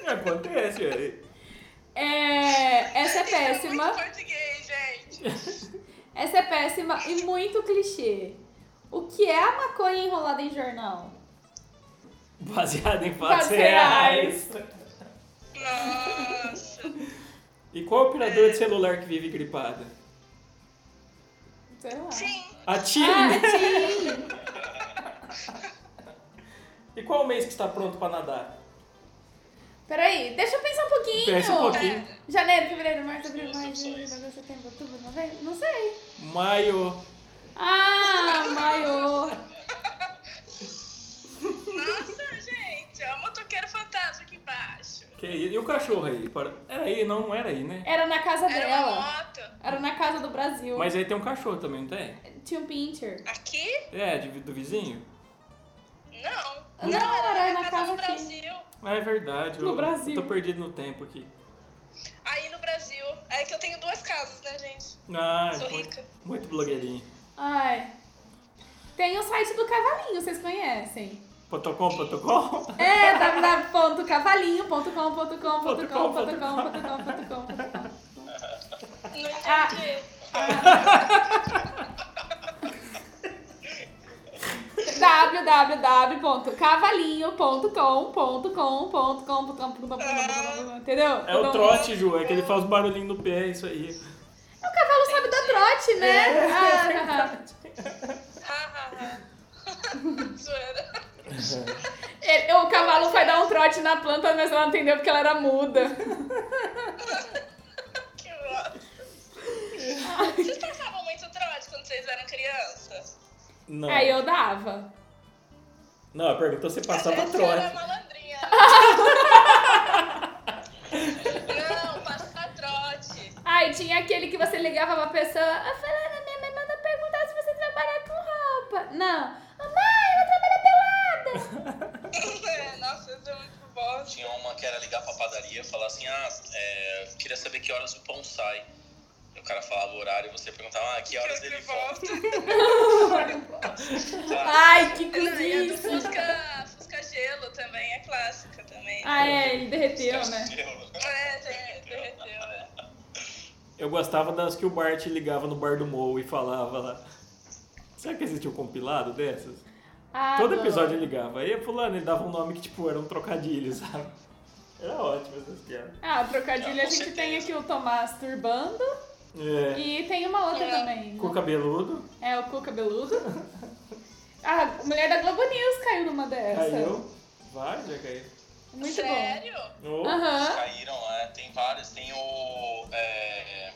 É, Acontece, velho.
É, essa é
Isso é
péssima.
muito português, gente.
Essa é péssima e muito clichê. O que é a maconha enrolada em jornal?
Baseado em fatos
Fatos
reais.
Nossa.
E qual é
É.
operador de celular que vive gripada?
Sei lá.
Sim.
A TIM!
Ah, sim!
E qual mês que está pronto para nadar?
Peraí, deixa eu pensar um pouquinho.
Pensa um pouquinho.
Janeiro, fevereiro, março, abril, maio,
Sim,
junho,
sim.
agosto, setembro, outubro, novembro. Não sei.
Maio.
Ah, maiô.
Nossa, gente. É o motoqueiro fantasma aqui embaixo.
Que isso? E o cachorro aí? Para- Era aí? Não, não era aí, né?
Era na casa
Era uma
dela.
moto.
Era na casa do Brasil.
Mas aí tem um cachorro também, não tem?
Tinha um pincher.
Aqui?
É, de- do vizinho?
Não.
Não, era na casa
do
aqui.
Brasil.
Ah, é verdade.
No
eu,
Brasil.
eu Tô perdido no tempo aqui.
Aí no Brasil. É que eu tenho duas casas, né, gente?
Ah,
Sou
muito,
rica.
muito blogueirinho.
Ai. Tem o site do Cavalinho, vocês conhecem?
Potocom, potocom?
É www.cavalinho.com.com.com.com.com.com.
Não entendi.
Ah. www.cavalinho.com.com.com.com.com. Entendeu?
É o trote, Ju. É que ele faz o barulhinho no pé, isso aí.
O cavalo sabe dar trote,
É.
né? Ah,
Ha, ha, ha. Zoeira.
ele- o cavalo foi dar um trote na planta, mas ela não entendeu porque ela era muda.
Que bosta. Vocês passavam muito trote quando vocês eram crianças?
Não.
Aí É, eu dava.
Não, ela perguntou se passava
Eu era
trote.
malandrinha. Não, passar trote.
Ai, tinha aquele que você ligava pra pessoa, a fulana, minha mãe manda perguntar se você trabalha com roupa. Não. "Ô, mãe, eu trabalho pelada.
É, Nossa, isso é muito bom.
Tinha uma que era ligar pra padaria e falar assim, ah, é, queria saber que horas o pão sai. E o cara falava o horário e você perguntava, ah, que horas
Que
ele volta. Ah,
volta.
Ai, que
Não, e a do
cozice.
Fusca, Fusca Gelo também é clássica também.
Ah, é, ele derreteu, né?
É, tem- derreteu, né?
Eu gostava das que o Bart ligava no bar do Mou e falava lá. Será que existiu um compilado dessas?
Ah,
Todo
não.
episódio ele ligava. Aí fulano, ele dava um nome que, tipo, era um trocadilho, sabe? Era ótimo essas piadas.
Ah, trocadilho, a
Com
gente
certeza.
tem aqui o Tomás Turbando
É.
e tem uma outra também. né?
Com o cabeludo,
É o Cu Cabeludo. Ah, mulher da Globo News caiu numa dessas.
caiu. Vai, já caiu.
Muito bom.
Sério?
Oh,
Aham.
Caíram, é, tem vários, tem o. é,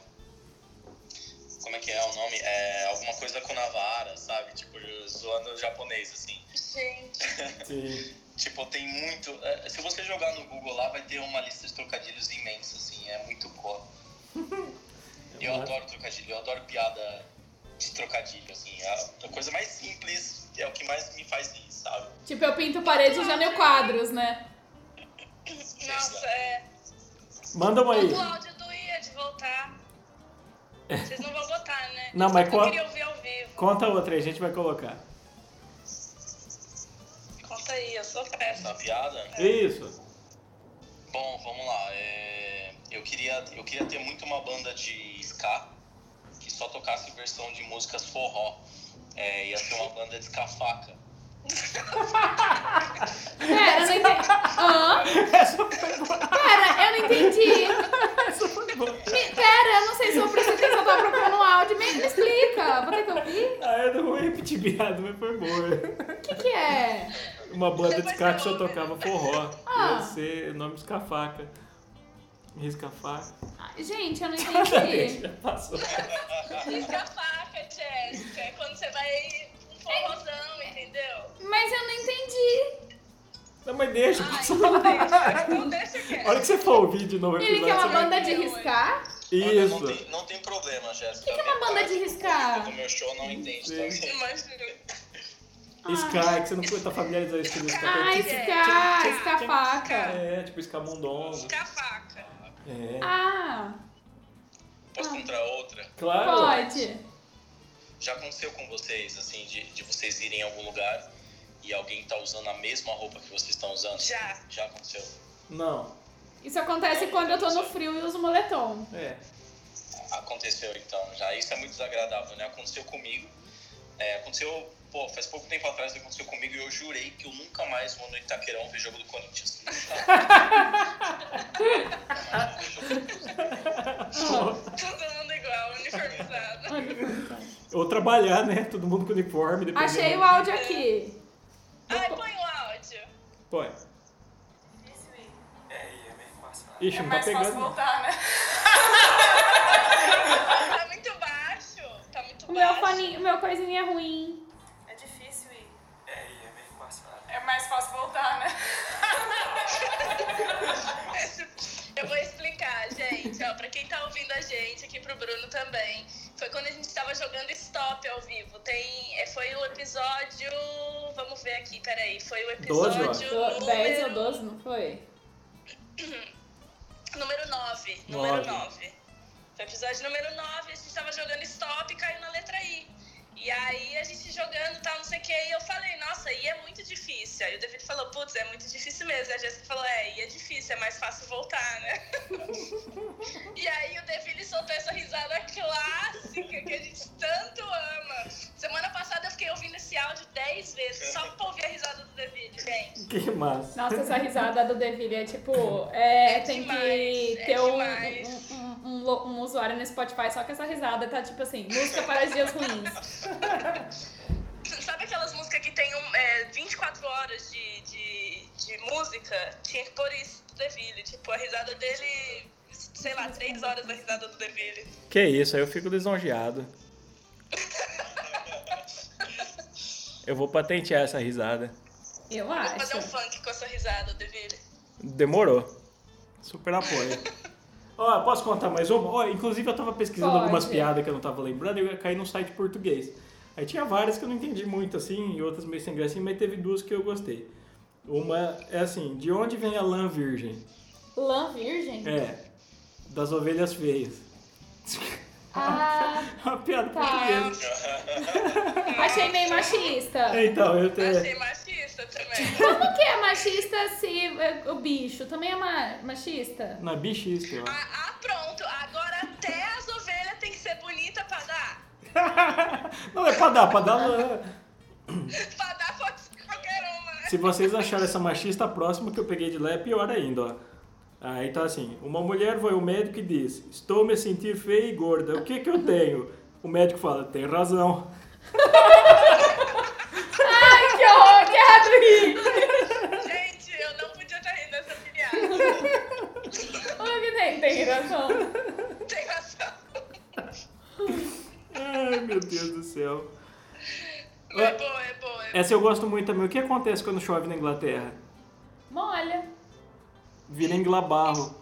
como é que é o nome? É, alguma coisa com Navara, sabe? Tipo, zoando o japonês, assim.
Gente.
Sim.
Tipo, tem muito. é, se você jogar no Google lá, vai ter uma lista de trocadilhos imensa, assim, é muito boa. Eu adoro trocadilho, eu adoro piada de trocadilho, assim. A, a coisa mais simples é o que mais me faz rir, sabe?
Tipo, eu pinto parede e já meu quadros, né?
Nossa, é.
Manda uma aí.
O áudio do Ia de voltar. Vocês não vão botar, né?
Não, mas
eu
qual-
queria ouvir ao vivo.
Conta outra aí, a gente vai colocar.
Conta aí, eu sou
Essa
péssima.
piada.
É Isso.
Bom, vamos lá. é, eu, queria, eu queria ter muito uma banda de ska que só tocasse versão de músicas forró. É, ia ser uma banda de ska faca.
Pera, eu não entendi. Hã?
Essa foi boa.
Pera, eu não entendi.
Essa foi boa.
Me- Pera, eu não sei se eu preciso atenção, eu tava procurando um áudio. Me, me explica, vou ter que ouvir?
Ah, eu não vou repetir piada, mas foi boa.
O que que é?
Uma banda de
Depois
ska
você
que só
ouve.
tocava forró.
Ah.
Ia ser o nome Escafaca. Riscafaca.
Ah, Gente, eu não
Deixa,
entendi.
já passou.
Risca a faca, Jéssica. É quando você vai um forrozão, entendeu?
Mas eu não entendi.
Não, mas deixa,
Ai,
passou.
não deixa. Não deixa
A hora
quieto.
que você for ouvir de novo o
Ele
episódio,
quer uma
você vai-
banda de riscar?
Olha, Não
Isso.
tem, não tem problema,
que
Jéssica.
é uma
Metade
banda de
do
riscar?
público Do meu show não entende.
Sim.
Então,
Imagina. Ah.
Sky, que você não tá familiarizado com isso. Tipo,
Ah, Scar, Scar faca.
É, tipo escamundongo.
Ficar faca.
É,
Ah,
posso contar outra?
claro.
pode.
Já aconteceu com vocês, assim, de, de vocês irem em algum lugar e alguém tá usando a mesma roupa que vocês estão usando?
Já.
Já aconteceu.
Não,
Isso
É,
acontece quando eu tô no frio e uso moletom.
é.
Aconteceu então, já. Isso é muito desagradável, né? Aconteceu comigo. É, aconteceu, pô, faz pouco tempo atrás aconteceu comigo e eu jurei que eu nunca mais vou no Itaquerão ver jogo do Corinthians.
Todo mundo igual, uniformizado.
Ou trabalhar, né? Todo mundo com uniforme. dependendo.
Achei o áudio aqui.
É. Ai, põe o áudio.
Pô, é. Ixi, não tá pegando. não.
né?
Tá muito baixo. Tá muito
O meu
baixo.
fone, o meu coisinha é ruim.
É difícil ir. É mais fácil voltar, né?
Eu vou explicar, gente. Ó, pra quem tá ouvindo a gente, aqui pro Bruno também. Foi quando a gente tava jogando stop ao vivo. Tem, é, foi o episódio. Vamos ver aqui, peraí. Foi o
Doze, eu
episódio.
acho.
Do- 10 ou
número-
12, não foi?
Número 9.
Nove.
Número 9. Foi o episódio número 9, a gente tava jogando stop e caiu na letra I. E aí a gente jogando e tal, não sei o que, e eu falei, nossa, I é muito difícil. Aí o David falou, putz, é muito difícil mesmo. E a Jéssica falou, é, I é difícil, é mais fácil voltar, né? e aí o David soltou essa risada clássica que a gente tanto ama. Semana passada eu fiquei ouvindo esse áudio 10 vezes, só pra ouvir a risada do David, gente.
Que massa.
Nossa, essa risada do Deville é tipo. É,
É
tem
demais,
que
é
ter um,
demais.
um, um- um lo- um usuário no Spotify, só que essa risada tá tipo assim: música para os dias ruins.
Sabe aquelas músicas que tem um, é, 24 horas de, de, de música? Tinha que pôr isso do Deville. Tipo, a risada dele, sei lá, 3 horas da risada do Deville.
Que isso, aí eu fico lisonjeado. Eu vou patentear essa risada.
Eu
Vou fazer um
acho.
funk com essa risada, Deville.
Demorou. Super apoio. Ó, posso contar mais uma? Ó, inclusive eu tava pesquisando
Pode.
algumas piadas que eu não tava lembrando e eu caí num site português. Aí tinha várias que eu não entendi muito, assim, e outras meio sem gracinha, mas teve duas que eu gostei. Uma é assim, de onde vem a lã virgem?
Lã virgem?
É, das ovelhas feias.
Ah,
Uma piada
Tá.
portuguesa.
achei meio machista.
É.
Então, eu tenho...
Achei machista também.
Como que é machista se é, o bicho também é ma- machista?
Na bichista, eu acho.
ah, ah, pronto. Agora até as ovelhas tem que ser bonita pra dar.
Não, é pra dar, pra dar lã.
Pra dar pode ser qualquer uma, né?
Se vocês acharem essa machista a próxima que eu peguei de lá é pior ainda, ó. Aí tá assim, uma mulher vai ao médico e diz, estou me sentindo feia e gorda, o que que eu tenho? O médico fala, tem razão.
Ai, que horror, que errado rir!
Gente, eu não podia estar rindo dessa piada.
O que tem? Tem razão.
Tem razão.
Ai, meu Deus do céu.
É boa, é boa. É boa.
Essa eu gosto muito também. O que acontece quando chove na Inglaterra?
Molha.
Vira englabarro.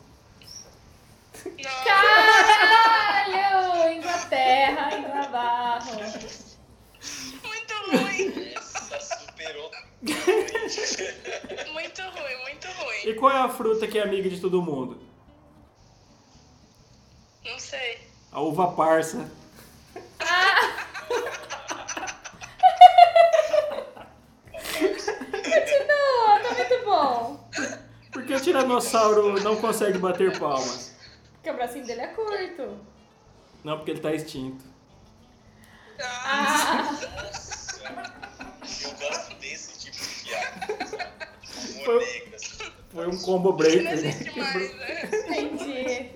Nossa,
Caralho! Inglaterra, Inglabarro.
muito ruim.
Essa superou.
Muito ruim, muito
E
ruim.
qual é a fruta que é amiga de todo mundo?
Não sei.
A uva parça.
Ah. Continua, tá muito bom.
Por que o tiranossauro não consegue bater palmas?
Porque o bracinho dele é curto.
Não, porque ele tá extinto.
Ah,
Eu gosto desse tipo de piada. Humor negro, assim.
Foi um combo
Não
breaker.
existe mais,
né?
né?
Entendi.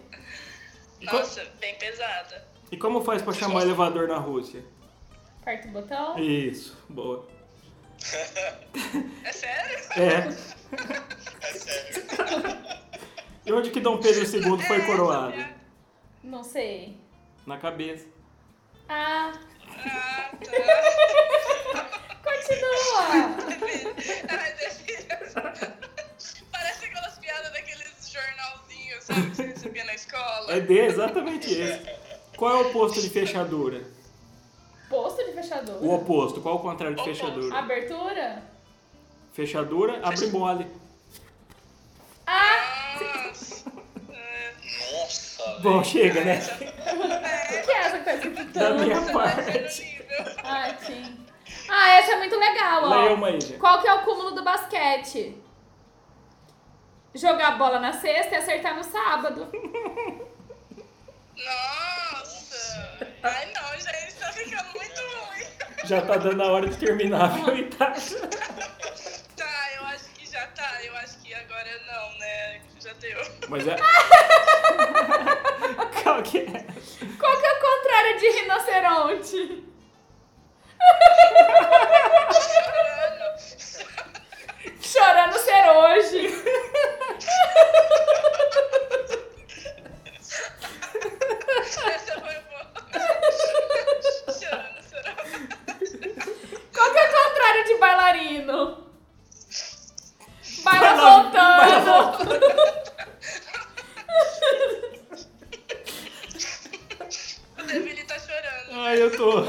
Nossa, bem pesada.
E como faz pra chamar elevador na Rússia?
Aperta o botão.
Isso, boa.
É sério?
É.
É sério.
E onde que Dom Pedro II foi coroado?
Não sei.
Na cabeça.
Ah,
Ah, tá.
continua.
Ai, Deus. Parece aquelas piadas daqueles jornalzinhos, sabe? Que você recebia na escola.
É D, É exatamente esse. Qual é o oposto de fechadura?
Posto de fechador.
O oposto, qual é o contrário de
Oposto.
fechadura?
Abertura?
Fechadura, abre mole.
Ah!
Nossa,
Bom,
velho.
chega, né?
O que é essa coisa que
Da
tanto?
minha parte.
Nível.
Ah, sim. Ah, essa é muito legal, ó.
Leia uma aí, gente.
Qual que é o cúmulo do basquete? Jogar a bola na sexta e acertar no sábado.
Nossa!
Ai não, gente, tá ficando muito ruim.
Já tá dando a hora de terminar, viu, Itachi?
Tá, eu acho que já tá. Eu acho que agora não, né? Já deu.
Mas é. Qual que é?
Qual que é o contrário de rinoceronte? Chorando ser hoje.
Essa foi boa. Chorando, chorando.
Qual que é o contrário de bailarino? Baila
Baila-
voltando.
O Devili tá chorando.
Ai, eu tô.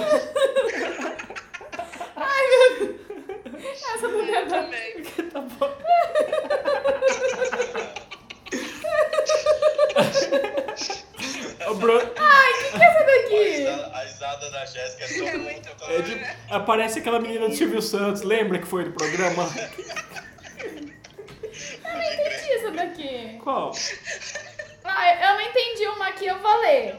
Essa não é
Eu
da-
também.
Tá bom. O Bruno-
Ai, o que, que é essa
A
daqui?
risada- A risada da Jéssica é tão
É muito bom,
é de-
né?
Aparece aquela menina do Silvio Santos, lembra que foi do programa?
Eu não entendi essa daqui.
Qual?
Ah, eu não entendi uma aqui, eu vou ler.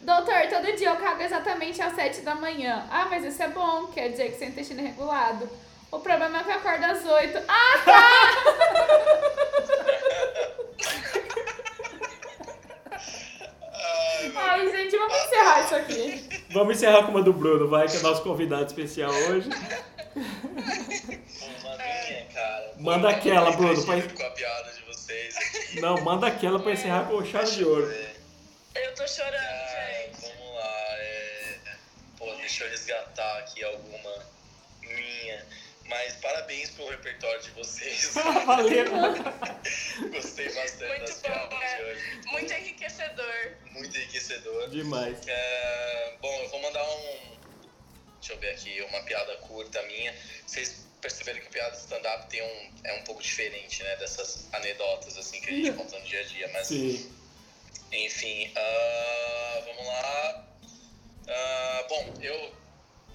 Doutor, todo dia eu cago exatamente às 7 da manhã. Ah, mas isso é bom, quer dizer que seu intestino é regulado. O problema é que eu acordo às 8. Ah, tá!
Ah,
Ai, gente, vamos encerrar isso aqui.
Vamos encerrar com uma do Bruno, vai, que é nosso convidado especial hoje.
Uma minha, cara.
Manda aquela, Bruno,
Pra...
pra-
Com a piada de vocês.
Não, manda aquela pra encerrar com chave de ouro.
Eu tô chorando,
Ah,
gente.
vamos lá. é, Pô, deixa eu resgatar aqui alguma minha. Mas parabéns pelo repertório de vocês.
Valeu.
Gostei bastante
Muito
das
bom,
piadas
né?
de hoje.
Muito enriquecedor.
Muito enriquecedor.
Demais.
É, bom, eu vou mandar um. Deixa eu ver aqui, uma piada curta minha. Vocês perceberam que a piada de stand-up tem um, é um pouco diferente, né? Dessas anedotas assim que a gente conta no dia a dia. Mas,
Sim.
enfim, ah, vamos lá. Ah, bom, eu,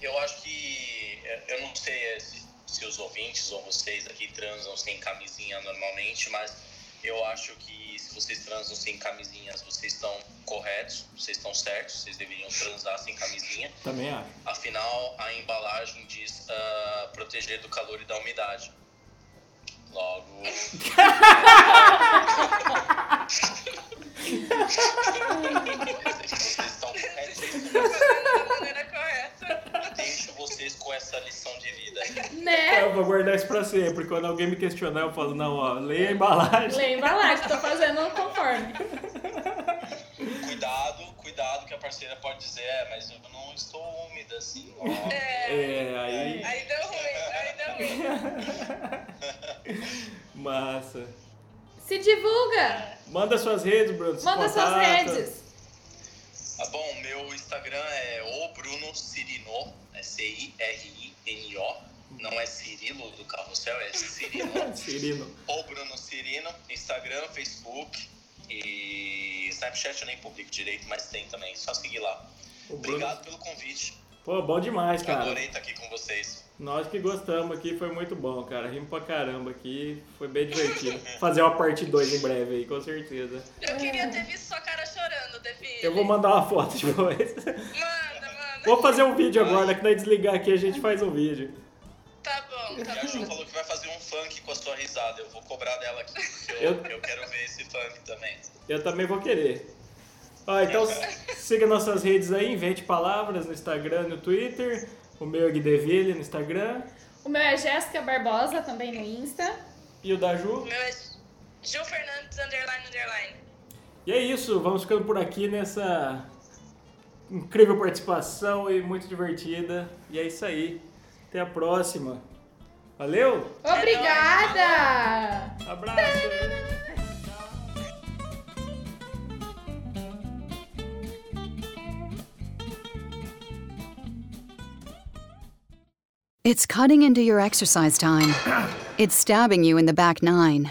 eu acho que. Eu não sei se, se os ouvintes ou vocês aqui transam sem camisinha normalmente, mas eu acho que se vocês transam sem camisinhas, vocês estão corretos, vocês estão certos, vocês deveriam transar sem camisinha.
Também acho.
Afinal, a embalagem diz ah, proteger do calor e da umidade. Logo. vocês estão corretíssimos.
Tô fazendo da maneira correta.
Deixo vocês com essa lição de vida.
Né?
Eu vou guardar isso pra sempre. Quando alguém me questionar, eu falo, não, ó, leia a embalagem.
Lembra lá, que tô fazendo conforme.
Cuidado, cuidado que a parceira pode dizer, é, mas eu não estou úmida assim. logo."
É, aí.
Aí deu ruim, aí deu ruim.
Massa.
Se divulga!
Manda suas redes, Bruno.
Manda suas
contatos.
redes.
Ah, bom, meu Instagram é o Bruno Cirino, é C-I-R-I-N-O. Não é Cirilo do Carrossel, é Cirino.
Cirino.
o Bruno Cirino, Instagram, Facebook e Snapchat eu nem publico direito, mas tem também, só seguir lá.
O Bruno.
Obrigado pelo convite,
Pô, bom demais, cara.
adorei estar aqui com vocês.
Nós que gostamos aqui, foi muito bom, cara. Rimos pra caramba aqui, foi bem divertido. Fazer uma parte 2 em breve aí, com certeza.
Eu queria ter visto sua cara chorando, Devili.
Eu vou mandar uma foto depois.
Manda, manda.
Vou fazer um vídeo agora, que nós desligar aqui a gente faz um vídeo.
Tá bom,
E
tá
a Ju
bom.
falou que vai fazer um funk com a sua risada, eu vou cobrar dela aqui, porque
Eu-
eu, eu quero ver esse funk também.
Eu também vou querer. Ó, então siga nossas redes aí, invente palavras no Instagram, no Twitter. O meu é Guideville no Instagram.
O meu é Jéssica Barbosa, também no Insta.
E o da
O
Ju.
meu é Gil Fernandes, underline, underline.
E é isso, vamos ficando por aqui nessa incrível participação e muito divertida. E é isso aí. Até a próxima. Valeu!
Obrigada!
Abraço!
It's cutting into your exercise time. It's stabbing you in the back nine.